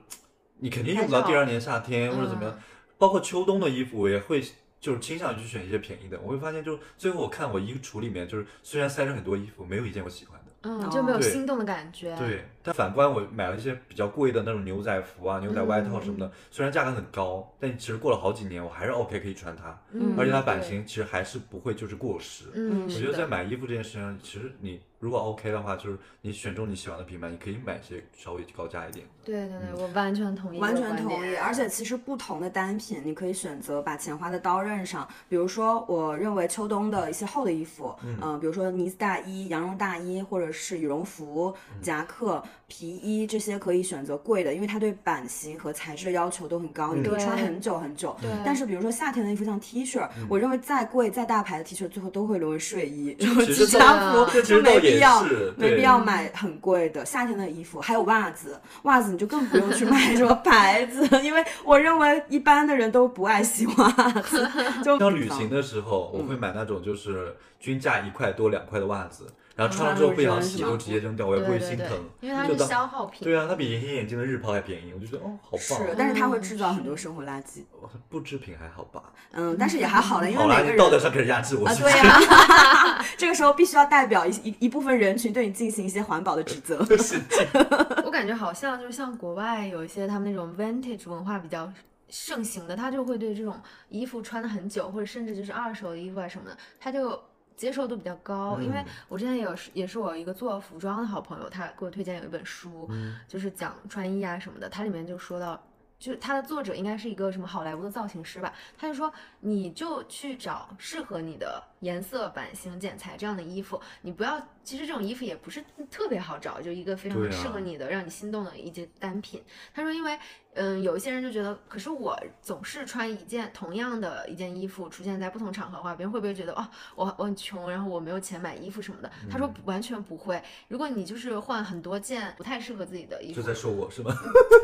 Speaker 2: 你肯定
Speaker 1: 拍
Speaker 2: 用不到
Speaker 1: 照嗯
Speaker 2: 第二年夏天或者怎么样，包括秋冬的衣服我也会就是倾向于去选一些便宜的。我会发现，就是最后我看我衣橱里面，就是虽然塞着很多衣服，没有一件我喜欢的。
Speaker 1: 嗯，就没
Speaker 3: 哦
Speaker 1: 有
Speaker 2: 对
Speaker 1: 心动的感觉。，
Speaker 2: 对，但反观我买了一些比较贵的那种牛仔服啊、牛仔外套什
Speaker 1: 嗯
Speaker 2: 么的，虽然价格很高，但其实过了好几年，我还是 OK 可以穿它，
Speaker 1: 嗯，
Speaker 2: 而且它版
Speaker 1: 对，
Speaker 2: 型其实还是不会就是过时。
Speaker 1: 嗯，
Speaker 3: 我
Speaker 2: 我
Speaker 1: 是
Speaker 2: 觉得
Speaker 1: 的
Speaker 2: 在买衣服这件事情上，其实你如果 OK 的话，就是你选中你喜欢的品牌，你可以买一些稍微高价一点的。
Speaker 1: 对对对，我完全同意，
Speaker 3: 完全同
Speaker 1: 啊
Speaker 3: 意，而且其实不同的单品，你可以选择把钱花在刀刃上。比如说，我认为秋冬的一些厚的衣服，嗯、比如说呢子大衣、羊绒大衣，或者是羽绒服、
Speaker 2: 嗯
Speaker 3: 夹克、皮衣这些，可以选择贵的，因为它对版型和材质的要求都很高，你可以
Speaker 1: 对
Speaker 3: 穿很久很久。
Speaker 1: 对
Speaker 3: 但是比如说夏天的衣服，像 T 恤，
Speaker 2: 嗯
Speaker 3: 我认为再贵再大牌的 T 恤，最后都会沦为睡衣，然后
Speaker 2: 其
Speaker 3: 居
Speaker 2: 实
Speaker 3: 家
Speaker 1: 倒
Speaker 3: 服
Speaker 2: 这其
Speaker 3: 就
Speaker 2: 实倒
Speaker 3: 没
Speaker 2: 也
Speaker 3: 必要
Speaker 2: 是，
Speaker 3: 没
Speaker 2: 对
Speaker 3: 必要买很贵的夏天的衣服，还有袜子，袜子你就更不用去买什么牌子，因为我认为一般的人都不爱洗袜子，
Speaker 2: (laughs)
Speaker 3: 就
Speaker 2: 像旅行的时候，我
Speaker 1: 嗯
Speaker 2: 会买那种就是均价一块多两块的袜子，然后穿了之后不想洗
Speaker 3: 啊
Speaker 2: 就直接扔掉，我也
Speaker 1: 对
Speaker 2: 不会
Speaker 1: 对
Speaker 2: 心
Speaker 1: 对
Speaker 2: 疼，，
Speaker 1: 因为它
Speaker 2: 就是当
Speaker 1: 消耗品。
Speaker 2: 对啊，它比隐形眼镜的日抛还便宜，我就觉得哦，好棒
Speaker 3: 是，
Speaker 2: 啊！
Speaker 3: 但是它
Speaker 1: 嗯
Speaker 3: 会制造很多生活垃圾，
Speaker 2: 不知品还好吧？
Speaker 3: 嗯，但是也还好了，因为
Speaker 2: 好啦，
Speaker 3: 每个
Speaker 2: 你
Speaker 3: 人
Speaker 2: 道德上开始压制我
Speaker 3: 啊，
Speaker 2: 是不
Speaker 3: 对
Speaker 2: 是？
Speaker 3: 呀、 (laughs) 这个时候必须要代表一一一部分人群对你进行一些环保的指责，
Speaker 1: 我感觉好像就是像国外有一些他们那种 vintage 文化比较盛行的，他就会对这种衣服穿的很久，或者甚至就是二手的衣服啊什么的，他就接受度比较高。因为
Speaker 2: 嗯
Speaker 1: 我之前也有是也是我一个做服装的好朋友，他给我推荐有一本书，就是讲穿衣啊什么的，它里面就说到。就是它的作者应该是一个什么好莱坞的造型师吧，他就说你就去找适合你的颜色、版型、剪裁这样的衣服，你不要，其实这种衣服也不是特别好找，就一个非常
Speaker 2: 对啊
Speaker 1: 适合你的、让你心动的一件单品。他说，因为嗯，有一些人就觉得，可是我总是穿一件同样的一件衣服出现在不同场合的话，别人会不会觉得哦，我我很穷，然后我没有钱买衣服什么的？他
Speaker 2: 嗯
Speaker 1: 说完全不会，如果你就是换很多件不太适合自己的衣
Speaker 2: 就
Speaker 1: 服，
Speaker 2: 在说我是
Speaker 1: (laughs)
Speaker 2: 吗？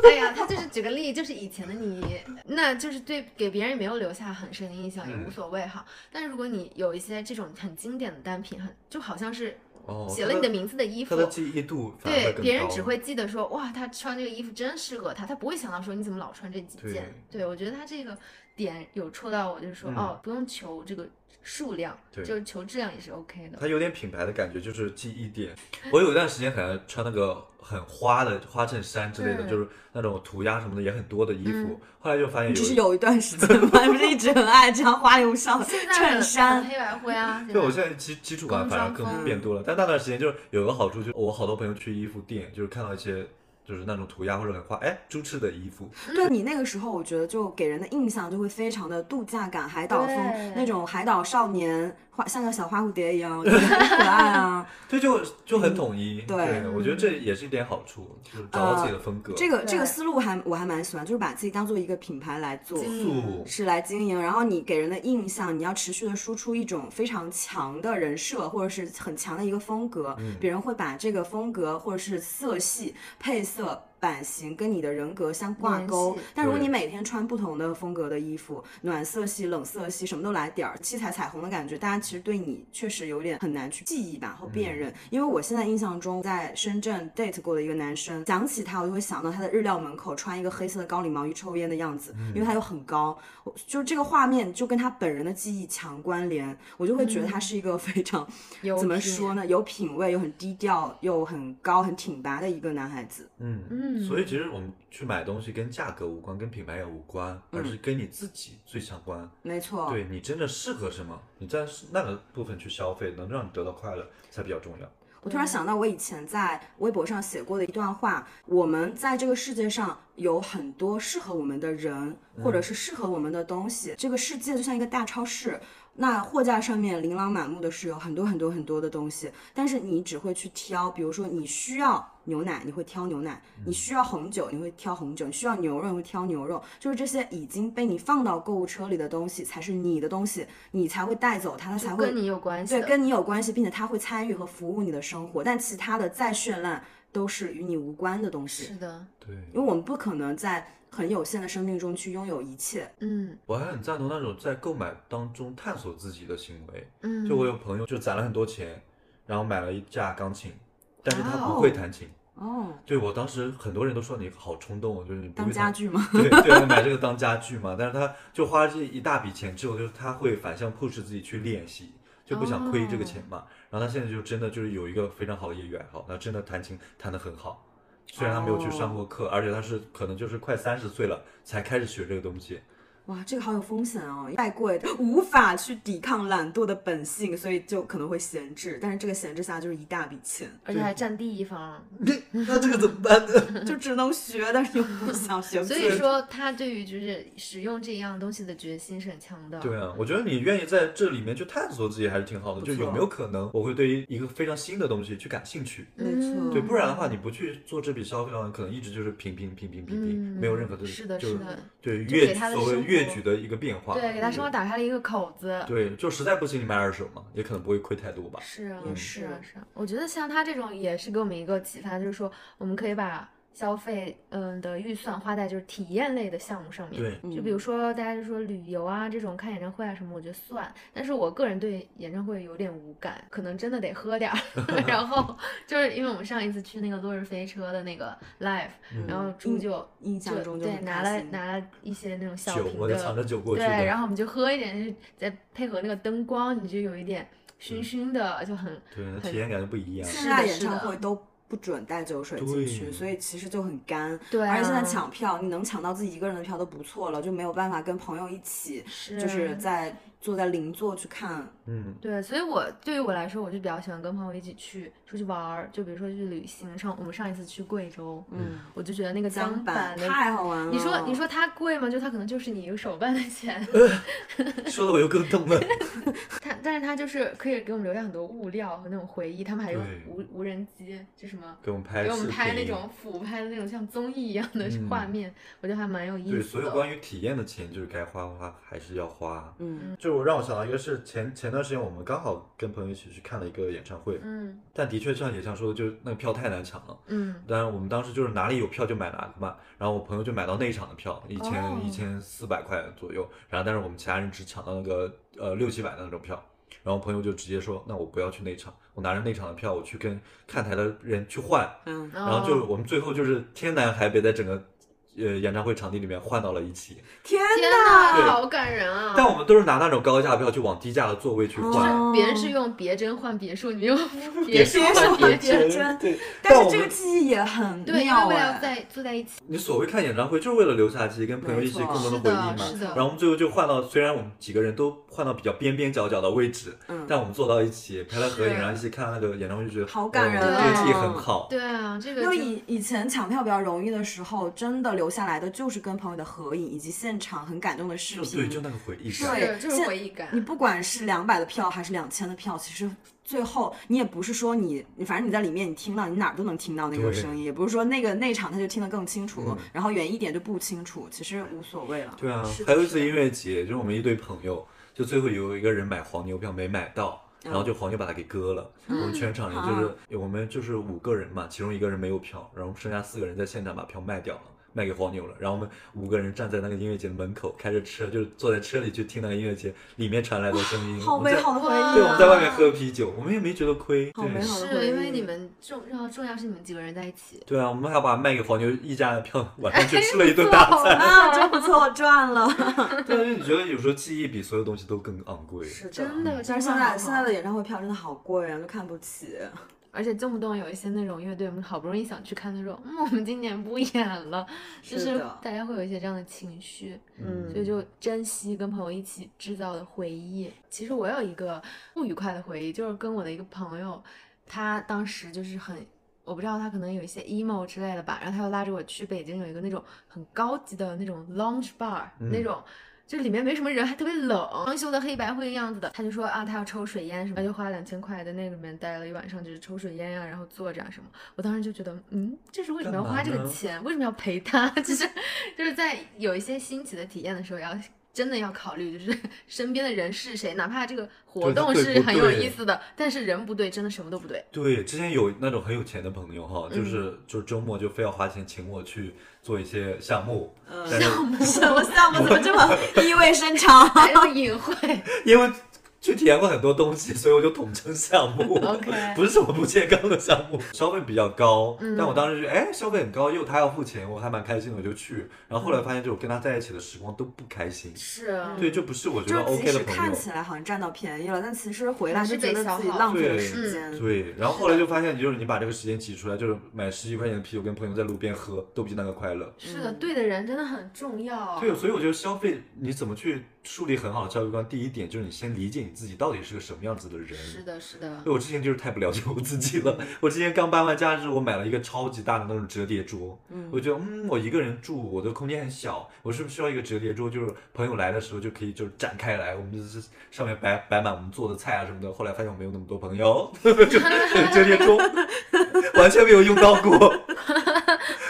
Speaker 1: 哎呀，他就是举个例，就是以前的你，那就是对给别人也没有留下很深的印象，也无
Speaker 2: 嗯
Speaker 1: 所谓哈。但是如果你有一些这种很经典的单品，很就好像是
Speaker 2: 哦，
Speaker 1: 写了你的名字的衣服
Speaker 2: 它的，记忆度反而会
Speaker 1: 对
Speaker 2: 更高
Speaker 1: 别人只会记得说哇，他穿这个衣服真适合他，他不会想到说你怎么老穿这几件。对我觉得他这个点有戳到我，就是说、
Speaker 2: 嗯
Speaker 1: 哦，不用求这个数量，
Speaker 2: 对
Speaker 1: 就是求质量也是 OK 的。
Speaker 2: 它有点品牌的感觉，就是记忆点。我有一段时间很爱穿那个很花的花衬衫之类的，
Speaker 1: 嗯
Speaker 2: 就是那种涂鸦什么的也很多的衣服。后来就发现有
Speaker 3: 你只是
Speaker 2: 一，
Speaker 3: 有一段时间嘛，你不是一直很爱这样花里胡哨的
Speaker 1: 现在
Speaker 3: 衬衫
Speaker 1: 很，黑白灰啊，
Speaker 2: 对我现在基基础感
Speaker 1: 工
Speaker 2: 反而
Speaker 1: 装
Speaker 2: 更
Speaker 1: 风
Speaker 2: 变多了。但那段时间就是有个好处，就是我好多朋友去衣服店，就是看到一些就是那种涂鸦或者很花，哎，朱赤的衣服，
Speaker 3: 对你那个时候，我觉得就给人的印象就会非常的度假感、海岛风
Speaker 1: 对
Speaker 3: 那种海岛少年，花像个小花蝴蝶一样，就 (laughs) 很可爱啊。
Speaker 2: 对，就就很统一。
Speaker 3: 嗯对嗯呃
Speaker 2: 我觉得这也是一点好处，就是找到自己的风格。
Speaker 3: 这个这个
Speaker 1: 对
Speaker 3: 思路还我还蛮喜欢，就是把自己当做一个品牌来做，
Speaker 1: 经
Speaker 2: 素
Speaker 3: 是来经营。然后你给人的印象，你要持续的输出一种非常强的人设，或者是很强的一个风格，别人会把这个风格或者是色系、配色。版型跟你的人格相挂
Speaker 1: 联
Speaker 3: 钩
Speaker 1: 系，
Speaker 3: 但如果
Speaker 2: 对
Speaker 3: 你每天穿不同的风格的衣服，暖色系、冷色系，什么都来点儿，七彩彩虹的感觉，大家其实对你确实有点很难去记忆吧或辨认。因为我现在印象中，在深圳 date 过的一个男生，讲起他，我就会想到他在日料门口穿一个黑色的高领毛衣抽烟的样子，因为他又很高，我就是这个画面就跟他本人的记忆强关联，我就会觉得他是一个非常、
Speaker 1: 嗯有
Speaker 3: 怎么
Speaker 1: 品
Speaker 3: 说？呢，有品味又很低调又很高很挺拔的一个男孩子。
Speaker 2: 嗯
Speaker 1: 嗯
Speaker 2: 所以其实我们去买东西跟价格无关，跟品牌也无关，而
Speaker 3: 嗯
Speaker 2: 是跟你自己最相关。
Speaker 3: 没错，
Speaker 2: 对你真的适合什么，你在那个部分去消费，能让你得到快乐才比较重要。
Speaker 3: 我
Speaker 1: 嗯
Speaker 3: 突然想到，我以前在微博上写过的一段话：我们在这个世界上有很多适合我们的人，或
Speaker 1: 嗯
Speaker 3: 者是适合我们的东西。这个世界就像一个大超市，那货架上面琳琅满目的是有很多很多很多的东西，但是你只会去挑，比如说你需要牛奶，你会挑牛奶；
Speaker 1: 嗯
Speaker 3: 你需要红酒，你会挑红酒；你需要牛肉，你会挑牛肉。就是这些已经被你放到购物车里的东西，才是你的东西，你才会带走它，它才会
Speaker 1: 跟你有关系
Speaker 3: 对，
Speaker 1: 的
Speaker 3: 跟你有关系，并且他会参与和服务你的生活，但其他的再绚烂都是与你无关的东西，
Speaker 1: 是的，
Speaker 2: 对，
Speaker 3: 因为我们不可能在很有限的生命中去拥有一切。
Speaker 1: 嗯
Speaker 2: 我还很赞同那种在购买当中探索自己的行为。
Speaker 1: 嗯，
Speaker 2: 就我有朋友就攒了很多钱，然后买了一架钢琴，但是他不会弹琴，
Speaker 3: 哦，
Speaker 2: 对我当时很多人都说你好冲动，就是你不
Speaker 3: 当
Speaker 2: 会
Speaker 3: 家
Speaker 2: 想
Speaker 3: 具吗？ (laughs)
Speaker 2: (laughs) 对对，我买这个当家具嘛，但是他就花了这一大笔钱之后，就是他会反向 push 自己去练习，就不想亏这个钱嘛。然后他现在就真的就是有一个非常好的业余爱好，他真的弹琴弹得很好。虽然他没有去上过课，而且他是可能就是快三十岁了才开始学这个东西。
Speaker 3: 哇，这个好有风险哦，太贵，无法去抵抗懒惰的本性，所以就可能会闲置。但是这个闲置下就是一大笔
Speaker 1: (laughs)
Speaker 3: 钱，
Speaker 1: 而且还占地一方。
Speaker 2: (laughs) 嗯那这个怎么办呢？
Speaker 3: 就只能学，但是又不想学。
Speaker 1: 所以，说，他对于就是使用这样东西的决心是很强的。
Speaker 2: (laughs) 对啊，我觉得你愿意在这里面去探索自己还是挺好的。
Speaker 3: 不
Speaker 2: 就有
Speaker 3: 错
Speaker 2: 没有可能我会对于一个非常新的东西去感兴趣？
Speaker 3: 没错
Speaker 2: 对，
Speaker 1: 嗯
Speaker 2: 不然的话你不去做这笔消费的话，可能一直就是平平平平平平，
Speaker 1: 嗯
Speaker 2: 没有任何的，
Speaker 1: 是的
Speaker 2: 就是啊
Speaker 1: 的
Speaker 2: 对
Speaker 1: 就
Speaker 2: 越
Speaker 1: 给他的
Speaker 2: 所谓
Speaker 1: 生活
Speaker 2: 越举的一个变化，
Speaker 1: 对，给他生活打开了一个口子。
Speaker 2: 对，就实在不行你买二手嘛，也可能不会亏太多吧。
Speaker 1: 是啊，
Speaker 2: 嗯
Speaker 1: 是啊，是啊。我觉得像他这种也是给我们一个启发，就是说我们可以把消费嗯的预算花在就是体验类的项目上面。
Speaker 2: 对，
Speaker 3: 嗯
Speaker 1: 就比如说大家就说旅游啊这种看演唱会啊什么，我觉得算，但是我个人对演唱会有点无感，可能真的得喝点
Speaker 3: (laughs)
Speaker 1: 儿。然后就是因为我们上一次去那个落日飞车的那个 live，、然
Speaker 2: 嗯
Speaker 3: 嗯
Speaker 1: 后猪就
Speaker 3: 印象中就
Speaker 1: 对
Speaker 3: 很
Speaker 1: 拿
Speaker 3: 开
Speaker 1: 了
Speaker 3: 心
Speaker 1: 拿了一些那种小
Speaker 2: 酒
Speaker 1: 瓶
Speaker 2: 我就藏着
Speaker 1: 的，
Speaker 2: 酒过去
Speaker 1: 对，
Speaker 2: 的，
Speaker 1: 然后我们就喝一点，就再配合那个灯光，你就有一点
Speaker 3: 嗯
Speaker 1: 醺醺的，就很
Speaker 2: 对，那
Speaker 1: 很
Speaker 2: 体验感就不一样。
Speaker 1: 是
Speaker 3: 现在
Speaker 1: 的
Speaker 3: 演
Speaker 1: 是
Speaker 3: 唱
Speaker 1: 的
Speaker 3: 会都不准带酒水进去，
Speaker 2: 对
Speaker 3: 所以其实就很干。
Speaker 1: 对啊
Speaker 3: 而且现在抢票，你能抢到自己一个人的票都不错了，就没有办法跟朋友一起，
Speaker 1: 是
Speaker 3: 就是在坐在邻座去看。
Speaker 2: 嗯，
Speaker 1: 对，所以我对于我来说，我就比较喜欢跟朋友一起去出去玩儿，就比如说去旅行。上我们上一次去贵州，
Speaker 3: 嗯，
Speaker 1: 我就觉得那个江
Speaker 3: 板
Speaker 1: 板的，
Speaker 3: 太嗯好玩了。
Speaker 1: 你说你说它贵吗？就它可能就是你一个手办的钱， (laughs)
Speaker 2: 说的我又更动了。
Speaker 1: 它但是它就是可以给我们留下很多物料和那种回忆。他们还用
Speaker 2: 对
Speaker 1: 无无人机，就什么
Speaker 2: 给我们拍
Speaker 1: 给我们
Speaker 2: 视
Speaker 1: 拍那
Speaker 2: 频
Speaker 1: 种俯拍的那种像综艺一样的
Speaker 2: 嗯
Speaker 1: 画面，我觉得还蛮有意
Speaker 2: 对，
Speaker 1: 思
Speaker 2: 所
Speaker 1: 的。
Speaker 2: 有关于体验的钱，就是该花花还是要花。
Speaker 3: 嗯，
Speaker 2: 就我让我想到一个是前前段时间我们刚好跟朋友一起去看了一个演唱会，
Speaker 1: 嗯
Speaker 2: 但的确像野象说的，就是那个票太难抢了。
Speaker 1: 嗯
Speaker 2: 当然我们当时就是哪里有票就买哪个嘛，然后我朋友就买到那一场的票，一
Speaker 1: 哦
Speaker 2: 千一千四百块左右，然后但是我们其他人只抢到那个呃六七百的那种票，然后朋友就直接说，那我不要去那场，我拿着那场的票我去跟看台的人去换，
Speaker 3: 嗯，
Speaker 1: 然
Speaker 2: 然后就我们最后就是天南海北在整个。呃，演唱会场地里面换到了一起，
Speaker 3: 天
Speaker 1: 天
Speaker 3: 哪！
Speaker 2: 对
Speaker 1: 呐，好感人啊！
Speaker 2: 但我们都是拿那种高价票去往低价的座位去换。
Speaker 3: 哦
Speaker 1: 别人是用别针换别墅，你用别墅换
Speaker 3: 别墅
Speaker 1: 别
Speaker 3: 换别
Speaker 1: 针。
Speaker 3: 真
Speaker 2: 对，
Speaker 3: 但
Speaker 2: 我
Speaker 3: 是这
Speaker 2: 们
Speaker 3: 个记忆也很
Speaker 1: 对，因
Speaker 3: 妙
Speaker 1: 为为了
Speaker 3: 哎。
Speaker 1: 在坐在一起，
Speaker 2: 你所谓看演唱会，就是为了留下记忆，跟朋友一起
Speaker 3: 没错
Speaker 2: 共同的回
Speaker 1: 是
Speaker 2: 忆
Speaker 1: 的是的
Speaker 3: 嗯
Speaker 2: 嘛。然后我们最后就换到，虽然我们几个人都换到比较边边角角的位置，
Speaker 3: 嗯
Speaker 2: 但我们坐到一起拍了合影，
Speaker 1: 是
Speaker 2: 然后一起看那个演唱会，就觉得
Speaker 3: 好感人
Speaker 2: 哦这个记忆很
Speaker 3: 哦
Speaker 2: 好。
Speaker 1: 对啊，这个
Speaker 3: 因为
Speaker 1: 就
Speaker 3: 以以前抢票比较容易的时候，真的留下来的就是跟朋友的合影以及现场很感动的视
Speaker 2: 就
Speaker 3: 频。
Speaker 2: 对，就那个回忆感。
Speaker 3: 对啊
Speaker 1: 是就是
Speaker 3: 现
Speaker 1: 回忆感。
Speaker 3: 你不管是两百的票还是两千的票，其实最后你也不是说你，你反正你在里面你听到，你哪儿都能听到那个
Speaker 2: 对嗯
Speaker 3: 声音，也不是说那个那场他就听得更清楚，然后远一点就不清楚，其实无所谓了。
Speaker 2: 对啊
Speaker 1: 是，的
Speaker 2: 还有一次
Speaker 1: 是的
Speaker 2: 音乐节，就是我们一堆朋友，就最后有一个人买黄牛票没买到，
Speaker 3: 嗯
Speaker 2: 然后就黄牛把他给割了。我们全场人就是、我们就是五个人嘛，其中一个人没有票，然后剩下四个人在现场把票卖掉了。卖给黄牛了，然后我们五个人站在那个音乐节门口，开着车，就是坐在车里去听那个音乐节里面传来的声音。
Speaker 3: 好
Speaker 2: 我们
Speaker 3: 美
Speaker 2: 在
Speaker 3: 好的回忆，
Speaker 1: 啊哦
Speaker 2: 对，我们在外面喝啤酒，我们也没觉得亏。
Speaker 3: 好美
Speaker 2: 对
Speaker 3: 好的回忆。
Speaker 1: 是因为你们重要重要是你们几个人在一起，
Speaker 2: 对啊，我们还把卖给黄牛溢价的票晚上去吃了一
Speaker 1: (laughs)
Speaker 2: 顿大餐。
Speaker 3: 啊，真不错，赚了。
Speaker 2: 对啊，就你觉得有时候记忆比所有东西都更昂贵。
Speaker 1: 真的。
Speaker 3: 但
Speaker 1: 真
Speaker 3: 是
Speaker 1: 的
Speaker 3: 现
Speaker 1: 好
Speaker 3: 在现在的演唱会票真的好贵啊，就看不起。
Speaker 1: 而且动不动有一些那种乐队，我们好不容易想去看，他说，嗯，我们今年不演了，就是是
Speaker 3: 的
Speaker 1: 大家会有一些这样的情绪，
Speaker 3: 嗯
Speaker 1: 所以就珍惜跟朋友一起制造的回忆。其实我有一个不愉快的回忆，就是跟我的一个朋友，他当时就是很。我不知道他可能有一些 emo 之类的吧，然后他又拉着我去北京有一个那种很高级的那种 lounge bar，、
Speaker 2: 嗯
Speaker 1: 那种就里面没什么人，还特别冷，装修的黑白灰的样子的。他就说啊，他要抽水烟什么，他就花两千块在那里面待了一晚上，就是抽水烟呀、然后坐着啊什么。我当时就觉得，嗯，这是为什么要花这
Speaker 2: 干嘛
Speaker 1: 个
Speaker 2: 呢
Speaker 1: 钱？为什么要陪他？ (laughs) 就是就是在有一些新奇的体验的时候，要真的要考虑，就是 (laughs) 身边的人是谁，哪怕这个活
Speaker 2: 对他
Speaker 1: 动
Speaker 2: 对
Speaker 1: 是
Speaker 2: 不
Speaker 1: 很有
Speaker 2: 对
Speaker 1: 意思的，但是人不对，真的什么都不对。
Speaker 2: 对，之前有那种很有钱的朋友哈，就
Speaker 1: 嗯
Speaker 2: 是就是周末就非要花钱请我去做一些项目， (laughs)
Speaker 3: 嗯
Speaker 2: 但是
Speaker 3: 什么项目怎么这么意味深长？ (laughs)
Speaker 1: 还有隐晦， (laughs)
Speaker 2: 因为去体验过很多东西，所以我就统称项目
Speaker 1: (laughs) OK
Speaker 2: 不是什么不健康的项目，
Speaker 1: (laughs)
Speaker 2: 消费比较高。
Speaker 1: 嗯
Speaker 2: 但我当时就哎，消费很高，又他要付钱，我还蛮开心的，我就去。然后后来
Speaker 1: 嗯
Speaker 2: 发现，就我跟他在一起的时光都不开心，
Speaker 1: 是，啊
Speaker 2: 对，就不是我觉
Speaker 3: 就
Speaker 2: 得
Speaker 3: 是
Speaker 2: OK
Speaker 3: 即
Speaker 2: 的
Speaker 3: 使
Speaker 2: 朋友。
Speaker 3: 看起来好像占到便宜了，但其实回来
Speaker 1: 还
Speaker 3: 就是觉
Speaker 1: 被
Speaker 3: 得
Speaker 1: 消
Speaker 3: 自己
Speaker 1: 耗嗯
Speaker 3: 浪费了
Speaker 2: 对
Speaker 3: 时间。
Speaker 2: 对，然后后来就发现，就是你把这个时间挤出来，就是买十几块钱的啤酒跟朋友在路边喝，都比那个快乐。
Speaker 1: 是的，对的人真的很重
Speaker 3: 哦
Speaker 1: 要。
Speaker 2: 对，所以我觉得消费你怎么去树立很好的消费观，第一点就是你先理解你自己到底是个什么样子的人。
Speaker 1: 是的，是的，
Speaker 2: 对我之前就是太不了解我自己了。我之前刚搬完家之后，我买了一个超级大的那种折叠桌，我觉得嗯，我一个人住，我的空间很小，我是不是需要一个折叠桌？就是朋友来的时候就可以就是展开来，我们就是上面摆摆满我们做的菜啊什么的。后来发现我没有那么多朋友， (laughs) 就折叠桌完全没有用到过。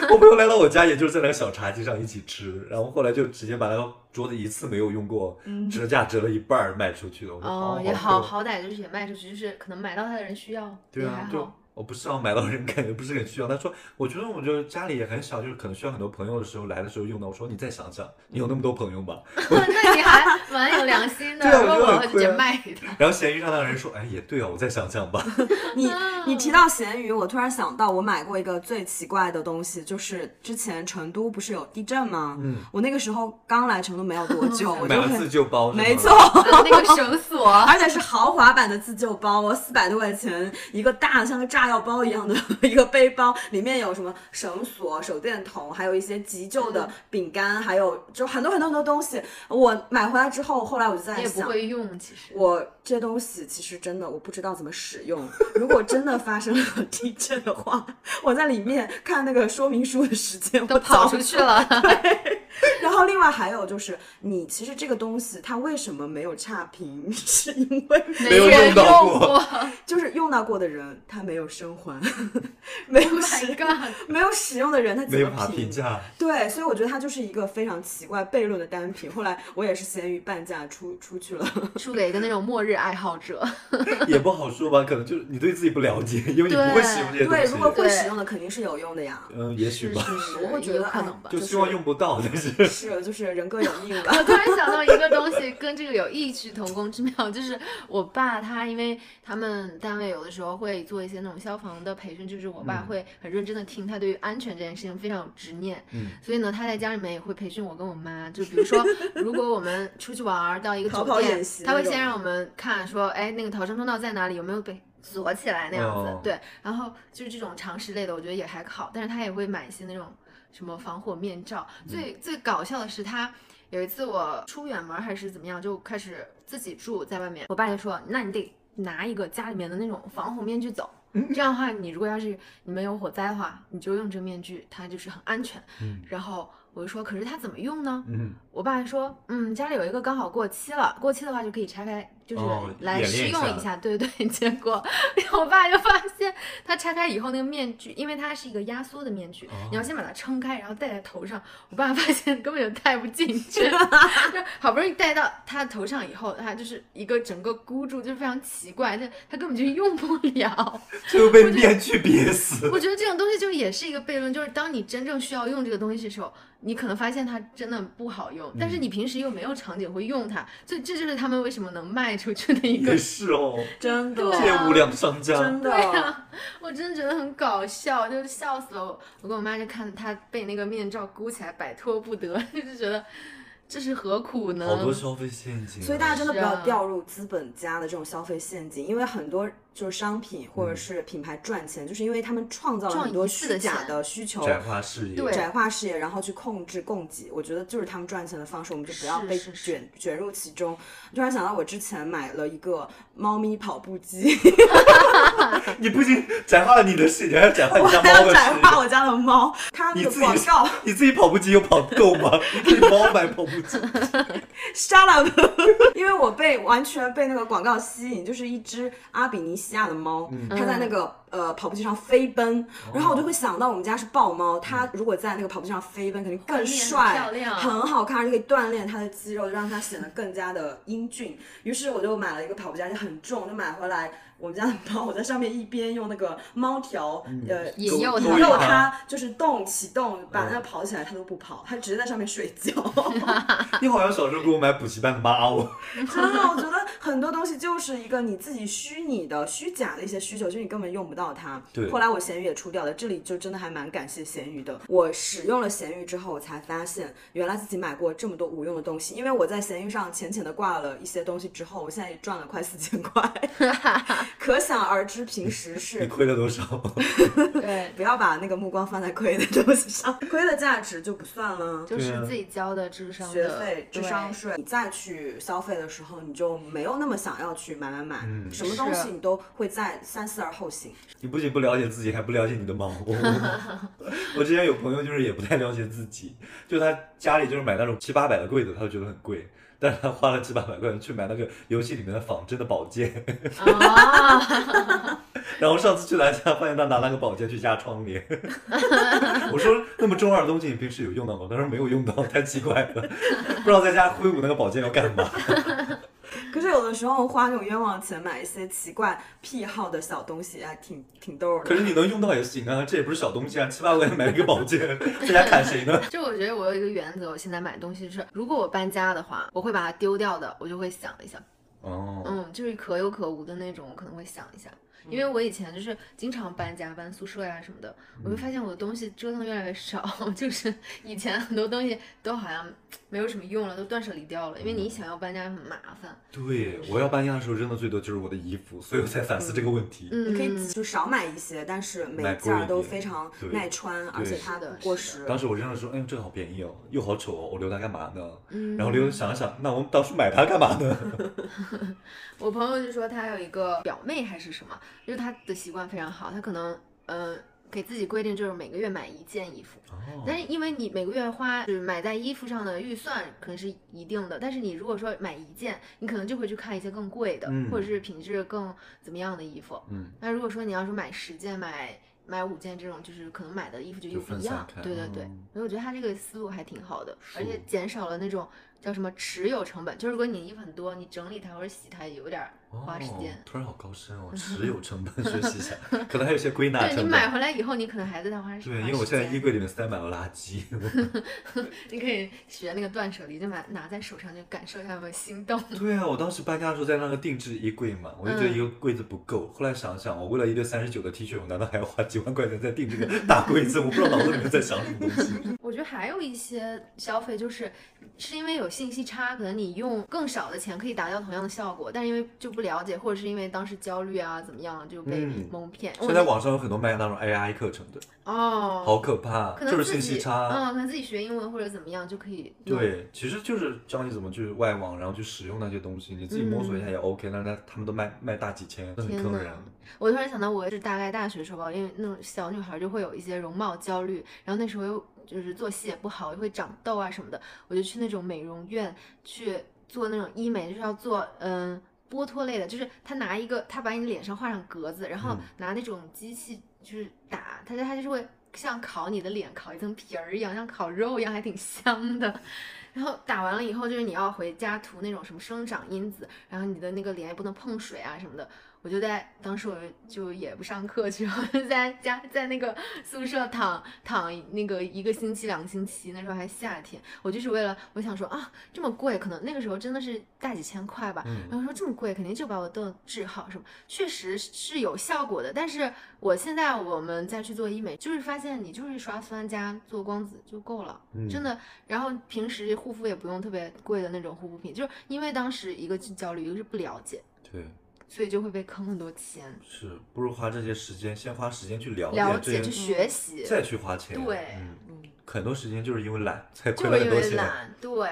Speaker 2: 我朋友来到我家，也就是在那个小茶几上一起吃，然后后来就直接把那个桌子一次没有用过，折价折了一半儿卖出去了。我说
Speaker 1: 嗯哦，
Speaker 2: 好
Speaker 1: 也
Speaker 2: 好
Speaker 1: 好
Speaker 2: 对
Speaker 1: 好歹就是也卖出去，就是可能买到它的人需要，
Speaker 2: 对
Speaker 1: 也
Speaker 2: 啊
Speaker 1: 还，
Speaker 2: 就
Speaker 1: 好。
Speaker 2: 我不知道买到人感觉不是很需要。他说，我觉得我就家里也很小，就是可能需要很多朋友的时候来的时候用到。我说你再想想，你有那么多朋友吗？
Speaker 1: (laughs) 那你还蛮有良心
Speaker 2: (laughs)
Speaker 1: 的，
Speaker 2: 对啊
Speaker 1: 如
Speaker 2: 我觉
Speaker 1: 果
Speaker 2: 得
Speaker 1: 我
Speaker 2: 很
Speaker 1: 直接
Speaker 2: 亏啊
Speaker 1: 卖给他，
Speaker 2: 然后闲鱼上的人说，哎，也对啊，我再想想吧。
Speaker 3: 你你提到咸鱼，我突然想到，我买过一个最奇怪的东西，
Speaker 1: 嗯
Speaker 3: 就是之前成都不是有地震吗？嗯，我那个时候刚来成都没有多
Speaker 1: (laughs)
Speaker 3: 久，我
Speaker 2: 买
Speaker 3: 就
Speaker 2: 了自
Speaker 3: 很
Speaker 2: 救包，
Speaker 3: 没错。，
Speaker 1: 那个绳
Speaker 3: (laughs)
Speaker 1: 索。
Speaker 3: 而且是豪华版的自救包哦，四百多块钱一个大的像个炸药包一样的一个背包，里面有什么绳索、手电筒，还有一些急救的
Speaker 1: 嗯
Speaker 3: 饼干，还有就很多很多很多东西。我买回来之后，后来我就在
Speaker 1: 你也不
Speaker 3: 想，
Speaker 1: 会用，其实
Speaker 3: 我这东西其实真的我不知道怎么使用。如果真的发生了地震的话， (laughs) 我在里面看那个说明书的时间，
Speaker 1: 都
Speaker 3: 我
Speaker 1: 跑
Speaker 3: 早
Speaker 1: 出去了。
Speaker 3: (laughs) 然后另外还有就是，你其实这个东西它为什么没有差评， (laughs) 是因为
Speaker 2: (laughs) 没有
Speaker 1: 人
Speaker 2: 用到
Speaker 1: 用
Speaker 2: 过
Speaker 1: 过。
Speaker 3: 就是用到过的人他没有生还， (laughs)
Speaker 1: (laughs)
Speaker 3: 没有
Speaker 1: Oh My
Speaker 3: 使
Speaker 1: God，
Speaker 3: 没有使用的人他怎
Speaker 2: 没有
Speaker 3: 么
Speaker 2: 法评
Speaker 3: 评？
Speaker 2: 价。
Speaker 3: 对，所以我觉得它就是一个非常奇怪悖论的单品。后来我也是闲鱼半价出出去了。
Speaker 1: 输给一个那种末日爱好者。
Speaker 2: 也不好说吧，可能就是你对自己不了解，因为你不会使用这些东
Speaker 3: 对，
Speaker 2: 西。
Speaker 3: 如果会
Speaker 1: 对
Speaker 3: 使用的肯定是有用的呀。
Speaker 2: 嗯，也许吧，
Speaker 1: 是是
Speaker 3: 我会觉得
Speaker 1: 有可能吧
Speaker 3: 哎
Speaker 2: 就
Speaker 3: 就
Speaker 2: 希望
Speaker 3: 是
Speaker 2: 用不到，但是
Speaker 3: 是，就是人各有命吧。
Speaker 1: (laughs) 我突然想到一个东西，跟这个有异曲同工之妙，就是我爸他，因为他们单位有的时候会做一些那种消防的培训，就是我爸会很认真的听，他对于安全这件事情非常有执念，
Speaker 2: 嗯，
Speaker 1: 所以呢，他在家里面也会培训我跟我妈，就比如说，如果我们出去玩儿到一个 (laughs)
Speaker 3: 逃
Speaker 1: 酒
Speaker 3: 跑
Speaker 1: 店
Speaker 3: 演习，
Speaker 1: 他
Speaker 3: 那
Speaker 1: 会先
Speaker 3: 种
Speaker 1: 让我们看说，哎，那个逃生通道在哪里，有没有被。锁起来那样子
Speaker 2: 哦
Speaker 1: 对，然后就是这种常识类的，我觉得也还好，但是他也会买一些那种什么防火面罩。最最搞笑的是他。有一次我出远门还是怎么样，就开始自己住在外面。我爸就说：“那你得拿一个家里面的那种防火面具走，这样的话，你如果要是你们有火灾的话，你就用这个面具，它就是很安全。”然后我就说：“可是它怎么用呢？”
Speaker 2: 嗯，
Speaker 1: 我爸说：“嗯，家里有一个刚好过期了，过期的话就可以拆开，就是
Speaker 2: 哦
Speaker 1: 来
Speaker 2: 演练
Speaker 1: 试
Speaker 2: 一
Speaker 1: 用
Speaker 2: 下
Speaker 1: 一下。对 (laughs) 对对，结果我爸就发现他拆开以后那个面具，因为它是一个压缩的面
Speaker 2: 哦
Speaker 1: 具，你要先把它撑开，然后戴在头上。我爸发现根本就戴不进
Speaker 2: (laughs)
Speaker 1: 去，就好不容易戴到他头上以后，他就是一个整个箍住，就非常奇怪，那他根本就用不了。
Speaker 2: 就会被面具
Speaker 1: (laughs)
Speaker 2: 憋死。
Speaker 1: 我觉得这种东西就是也是一个悖论，就是当你真正需要用这个东西的时候，你可能发现它真的不好用，但是你平时又没有场景会用它，嗯所以这就是他们为什么能卖出去的一个
Speaker 2: 也。是哦，
Speaker 3: 真的，
Speaker 1: 对啊
Speaker 2: 这无良商家
Speaker 3: 真。的，
Speaker 1: (laughs) 我真的觉得很搞笑，就是笑死了我。我跟我妈就看她被那个面罩箍起来，摆脱不得， (laughs) 就觉得这是何苦呢？
Speaker 2: 好多消费陷阱啊，
Speaker 3: 所以大家真的不
Speaker 1: 是啊
Speaker 3: 要掉入资本家的这种消费陷阱，因为很多就是商品或
Speaker 2: 嗯
Speaker 3: 者是品牌赚钱，就是因为他们创造了
Speaker 1: 赚
Speaker 3: 很多
Speaker 1: 一次的
Speaker 3: 虚假
Speaker 1: 钱
Speaker 3: 的需求，
Speaker 2: 窄化视野，
Speaker 1: 对
Speaker 3: 窄化视野，然后去控制供给。我觉得就是他们赚钱的方式，我们就不要
Speaker 1: 是
Speaker 3: 被
Speaker 1: 是
Speaker 3: 卷
Speaker 1: 是
Speaker 3: 卷入其中。突然想到，我之前买了一个猫咪跑步机，
Speaker 2: 你不仅窄化了你的视野，还要窄化
Speaker 3: 我
Speaker 2: 你家
Speaker 3: 还
Speaker 2: 猫
Speaker 3: 要 (laughs)
Speaker 2: 的
Speaker 3: 窄
Speaker 2: 视
Speaker 3: 化
Speaker 2: 野。
Speaker 3: 我家的猫，它
Speaker 2: 你
Speaker 3: 的
Speaker 2: 自己
Speaker 3: 广告
Speaker 2: 你自己跑步机有跑够吗？你给猫买跑步机，
Speaker 3: shut up，因为 (laughs) 我被完全被那个广告吸引，就是一只阿比尼西亚的猫，它在那个呃跑步机上飞奔，然后我就会想到我们家是豹猫，它如果在那个跑步机上飞奔，肯定更
Speaker 1: 画
Speaker 3: 帅，
Speaker 1: 面很漂亮
Speaker 3: 很好看，而且可以锻炼它的肌肉，让它显得更加的英俊。于是我就买了一个跑步机，而且很重，就买回来。我们家的猫，我在上面一边用那个猫条，呃，
Speaker 1: 引
Speaker 2: 勾
Speaker 1: 诱
Speaker 2: 勾
Speaker 1: 它
Speaker 2: 引
Speaker 3: 诱
Speaker 2: 它
Speaker 1: (laughs)
Speaker 3: 它就是动启动，把它跑起来，它都不跑，它直接在上面睡觉。 (laughs)
Speaker 2: 你好像小时候给我买补习班的猫哦，
Speaker 3: 真的，啊我觉得很多东西就是一个你自己虚拟的、虚假的一些需求，就是你根本用不到它。
Speaker 2: 对
Speaker 3: 后来我闲鱼也出掉了，这里就真的还蛮感谢闲鱼的。我使用了闲鱼之后，我才发现原来自己买过这么多无用的东西。因为我在闲鱼上浅浅的挂了一些东西之后，我现在也赚了快四千块，
Speaker 2: (laughs)
Speaker 3: 可想而知，平时
Speaker 2: 你
Speaker 3: 是。
Speaker 2: 亏了多少？
Speaker 1: 对，
Speaker 3: 不要把那个目光放在亏的东西上，亏的价值就不算了。
Speaker 1: 就是
Speaker 2: 对啊
Speaker 1: 自己交的智商
Speaker 3: 学
Speaker 1: 的
Speaker 3: 费、智
Speaker 1: 对
Speaker 3: 商税，你再去消费的时候，你就没有那么想要去买买买，
Speaker 2: 嗯
Speaker 3: 什么东西
Speaker 1: 是
Speaker 3: 你都会在三思而后行。
Speaker 2: 你不仅不了解自己，还不了解你的猫。
Speaker 3: (laughs)
Speaker 2: 我之前有朋友就是也不太了解自己，就他家里就是买那种七八百的柜子，他就觉得很贵，但是他花了七八百块钱去买那个游戏里面的仿真的宝剑，
Speaker 1: 啊， (laughs)
Speaker 2: 然后上次去他家发现他拿那个宝剑去压窗帘， (laughs) 我说那么中二的东西你平时有用到吗？他说没有用到，太奇怪了，不知道在家挥舞那个宝剑要干嘛。 (laughs)
Speaker 3: 可是有的时候花那种冤枉钱买一些奇怪癖好的小东西，还挺挺逗
Speaker 2: 可
Speaker 3: 的。
Speaker 2: 是你能用到也行啊，这也不是小东西啊，七八百块钱买了一个宝剑，在家砍谁呢？ (laughs)
Speaker 1: 就我觉得我有一个原则，我现在买东西是，如果我搬家的话，我会把它丢掉的，我就会想一下，
Speaker 2: 哦，
Speaker 1: 嗯，就是可有可无的那种，我可能会想一下。因为我以前就是经常搬家、搬宿舍呀、什么的，我就发现我的东西折腾越来越少， (laughs) 就是以前很多东西都好像没有什么用了，都断舍离掉了。因为你一想要搬家很麻烦，
Speaker 2: 对，我要搬家的时候扔的最多就是我的衣服，所以我才反思这个问题。
Speaker 1: 嗯，
Speaker 3: 你可以就少买一些，但是每
Speaker 2: 买
Speaker 3: 一
Speaker 2: 贵
Speaker 3: 件儿
Speaker 2: 一
Speaker 3: 都
Speaker 2: 点
Speaker 3: 非常
Speaker 2: 对
Speaker 3: 耐穿，而且
Speaker 2: 对
Speaker 3: 它
Speaker 1: 是
Speaker 3: 不
Speaker 1: 的
Speaker 3: 过
Speaker 1: 是
Speaker 3: 时。
Speaker 2: 当时我扔的时候，哎呦，这个好便宜哦，又好丑哦，我留它干嘛呢？然后
Speaker 1: 嗯
Speaker 2: 留着想了想，那我们当初买它干嘛呢？
Speaker 1: 我朋友就说他有一个表妹还是什么，就是她的习惯非常好，她可能嗯、呃给自己规定就是每个月买一件衣服，
Speaker 2: 哦
Speaker 1: 但是因为你每个月花就是买在衣服上的预算可能是一定的，但是你如果说买一件，你可能就会去看一些更贵的、
Speaker 2: 嗯
Speaker 1: 或者是品质更怎么样的衣服。
Speaker 2: 嗯，
Speaker 1: 那如果说你要是买十件买。买五件这种就是可能买的衣服就又
Speaker 2: 就
Speaker 1: 不
Speaker 2: 分
Speaker 1: 一
Speaker 2: 散
Speaker 1: 样，
Speaker 2: 开
Speaker 1: 对对对，
Speaker 2: 嗯
Speaker 1: 所以我觉得他这个思路还挺好的，而且
Speaker 2: 是
Speaker 1: 减少了那种叫什么持有成本，就是如果你衣服很多，你整理它或者洗它有点儿花时间
Speaker 2: 哦。突然好高深
Speaker 1: (laughs)
Speaker 2: 哦，持有成本学习一下，可能还有一些归纳
Speaker 1: 对
Speaker 2: 成
Speaker 1: 你
Speaker 2: 本。
Speaker 1: 买回来以后，你可能还在它花花时
Speaker 2: 对，因为我现在衣
Speaker 1: 间。
Speaker 2: 柜里面塞满了垃圾， (laughs)
Speaker 1: 你可以学那个断舍离，就买拿在手上，就感受一下有没有心动。
Speaker 2: 对啊，我当时搬家的时候在那个定制衣柜嘛，我就觉得一个柜子不够。
Speaker 1: 嗯
Speaker 2: 后来想想，我为了一对三十九的 T 恤，我难道还要花几万块钱在订这个大柜子？我不知道脑子里面在想什么东
Speaker 1: (laughs)
Speaker 2: 西。
Speaker 1: 我觉得还有一些消费，就是是因为有信息差，可能你用更少的钱可以达到同样的效果，但是因为就不了解，或者是因为当时焦虑啊怎么样，就被
Speaker 2: 嗯
Speaker 1: 蒙骗。我
Speaker 2: 现在网上有很多卖那种 AI 课程的，
Speaker 1: 哦，
Speaker 2: 好可怕，
Speaker 1: 可能
Speaker 2: 就是
Speaker 1: 自
Speaker 2: 信
Speaker 1: 己
Speaker 2: 息差。
Speaker 1: 嗯，可能自己学英文或者怎么样就可以。，
Speaker 2: 对，其实就是教你怎么去外网，然后去使用那些东西，你自己摸索一下也 OK、但是他他们都卖卖大几千，那很
Speaker 1: 天
Speaker 2: 坑
Speaker 1: 哪
Speaker 2: 人。
Speaker 1: 我突然想到，我是大概大学的时候吧，因为那种小女孩就会有一些容貌焦虑，然后那时候又就是做戏也不好，又会长痘啊什么的，我就去那种美容院去做那种医美，就是要做嗯剥脱类的，就是他拿一个，他把你脸上画上格子，然后
Speaker 2: 嗯
Speaker 1: 拿那种机器就是打，他他就是会像烤你的脸，烤一层皮儿一样，像烤肉一样，还挺香的。 (laughs) 然后打完了以后，就是你要回家涂那种什么生长因子，然后你的那个脸也不能碰水啊什么的。我就在当时我就也不上课去，然后就 (laughs) 在家在那个宿舍躺躺那个一个星期两个星期，那时候还夏天，我就是为了我想说啊这么贵，可能那个时候真的是大几千块吧，
Speaker 2: 嗯
Speaker 1: 然后说这么贵，肯定就把我痘治好什么，确实是有效果的。但是我现在我们再去做医美，就是发现你就是刷酸加做光子就够了，
Speaker 2: 嗯
Speaker 1: 真的。然后平时护肤也不用特别贵的那种护肤品，就是因为当时一个是焦虑，一个是不了解，
Speaker 2: 嗯对，
Speaker 1: 所以就会被坑很多钱。
Speaker 2: 是不如花这些时间，先花时间去了
Speaker 1: 了
Speaker 2: 解
Speaker 1: 解
Speaker 2: 这
Speaker 1: 去
Speaker 2: 些，
Speaker 1: 学习，
Speaker 2: 再去花钱。
Speaker 1: 对
Speaker 2: 嗯，
Speaker 3: 嗯，
Speaker 2: 很多时间就是因为懒，才亏
Speaker 1: 就
Speaker 2: 了
Speaker 1: 是
Speaker 2: 很
Speaker 1: 因
Speaker 2: 多
Speaker 1: 为
Speaker 2: 钱。
Speaker 1: 懒，对。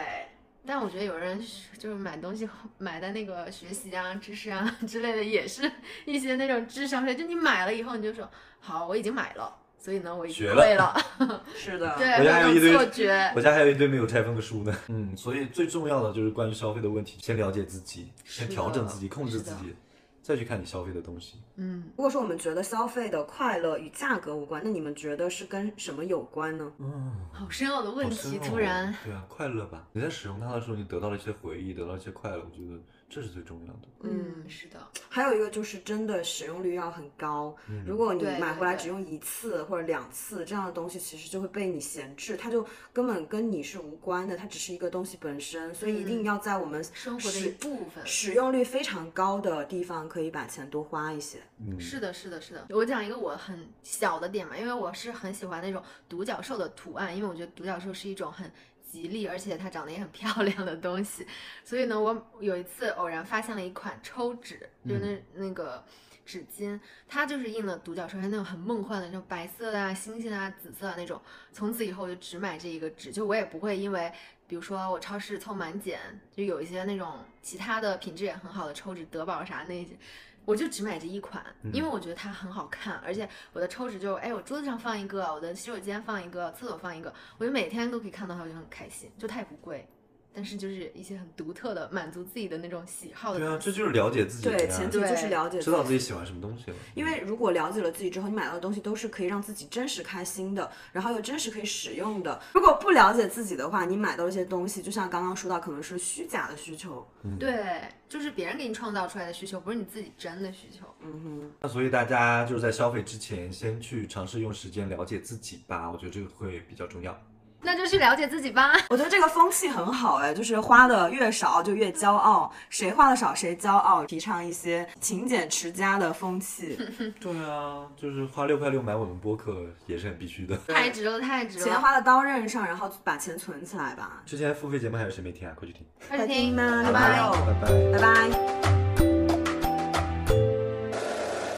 Speaker 1: 但我觉得有人是就是买东西买的那个学习啊、知识啊之类的，也是一些那种智商税。就你买了以后，你就说好，我已经买了，所以呢，我已经
Speaker 2: 学
Speaker 1: 会
Speaker 2: (laughs)
Speaker 1: 了。
Speaker 3: 是的，
Speaker 1: 对，
Speaker 2: 我家还有一
Speaker 1: 有
Speaker 2: 堆
Speaker 1: 错
Speaker 2: (laughs)
Speaker 1: 觉。
Speaker 2: 我家还有一堆没有拆封的书呢。嗯，所以最重要的就是关于消费的问题，先了解自己，先
Speaker 1: 的
Speaker 2: 调整自己，控制
Speaker 1: 是
Speaker 2: 自
Speaker 1: 的
Speaker 2: 己，再去看你消费的东西。
Speaker 1: 嗯，
Speaker 3: 如果说我们觉得消费的快乐与价格无关，那你们觉得是跟什么有关呢？
Speaker 2: 嗯。
Speaker 1: 好深奥的问
Speaker 2: 好深
Speaker 1: 题，
Speaker 2: 奥哦
Speaker 1: 突然
Speaker 2: 对啊，快乐吧！你在使用它的时候，你得到了一些回忆，得到一些快乐，我觉得这是最重要的。
Speaker 1: 嗯，是的，
Speaker 3: 还有一个就是真的使用率要很高，
Speaker 2: 嗯
Speaker 3: 如果你
Speaker 1: 对
Speaker 3: 买
Speaker 1: 对
Speaker 3: 回来
Speaker 1: 对
Speaker 3: 只用一次或者两次这样的东西，其实就会被你闲置，它就根本跟你是无关的，它只是一个东西本身，所以一
Speaker 1: 嗯
Speaker 3: 定要在我们
Speaker 1: 生活的一
Speaker 3: 使
Speaker 1: 部分。
Speaker 3: 使用率非常高的地方，可以把钱多花一些。
Speaker 2: 嗯，
Speaker 1: 是的，是的，是的。我讲一个我很小的点嘛，因为我是很喜欢那种独角兽的图案，因为我觉得独角兽是一种很吉利，而且它长得也很漂亮的东西。所以呢，我有一次偶然发现了一款抽纸，就是那、那个纸巾，它就是印了独角兽，还有那种很梦幻的那种白色的啊、星星的啊、紫色的那种。从此以后我就只买这一个纸，就我也不会因为。比如说我超市凑满减，就有一些那种其他的品质也很好的抽纸，德宝啥那些，我就只买这一款，因为
Speaker 2: 嗯
Speaker 1: 我觉得它很好看，而且我的抽纸就哎，我桌子上放一个，我的洗手间放一个，厕所放一个，我就每天都可以看到它，我就很开心。就它也不贵，但是就是一些很独特的，满足自己的那种喜好的
Speaker 2: 对
Speaker 1: 东西。
Speaker 2: 啊，这就是了解自己
Speaker 3: 对，
Speaker 2: 呀
Speaker 3: 前提就是
Speaker 1: 对
Speaker 3: 了解
Speaker 2: 知道自己喜欢什么东西了。
Speaker 3: 因为如果了解了自己之后，你买到的东西都是可以让自己真实开心的，然后又真实可以使用的。如果不了解自己的话，你买到一些东西，就像刚刚说到，可能是虚假的需求。
Speaker 1: 对，就是别人给你创造出来的需求，不是你自己真的需求。
Speaker 3: 嗯
Speaker 2: 那所以大家就是在消费之前，先去尝试用时间了解自己吧，我觉得这个会比较重要。
Speaker 1: 那就去了解自己吧。
Speaker 3: 哼，我觉得这个风气很好哎，就是花的越少就越骄傲，谁花的少谁骄傲，提倡一些勤俭持家的风气，
Speaker 2: 对啊，就是花六块六买我们播客也是很必须的。
Speaker 1: 太值了，太值
Speaker 3: 钱
Speaker 1: 了！
Speaker 3: 花到刀刃上，然后把钱存起来吧。
Speaker 2: 之前付费节目还有谁没听啊？快去听，
Speaker 1: 快去听
Speaker 3: 吧
Speaker 1: 拜
Speaker 3: 拜
Speaker 1: 拜。
Speaker 2: 拜拜。
Speaker 3: 拜拜。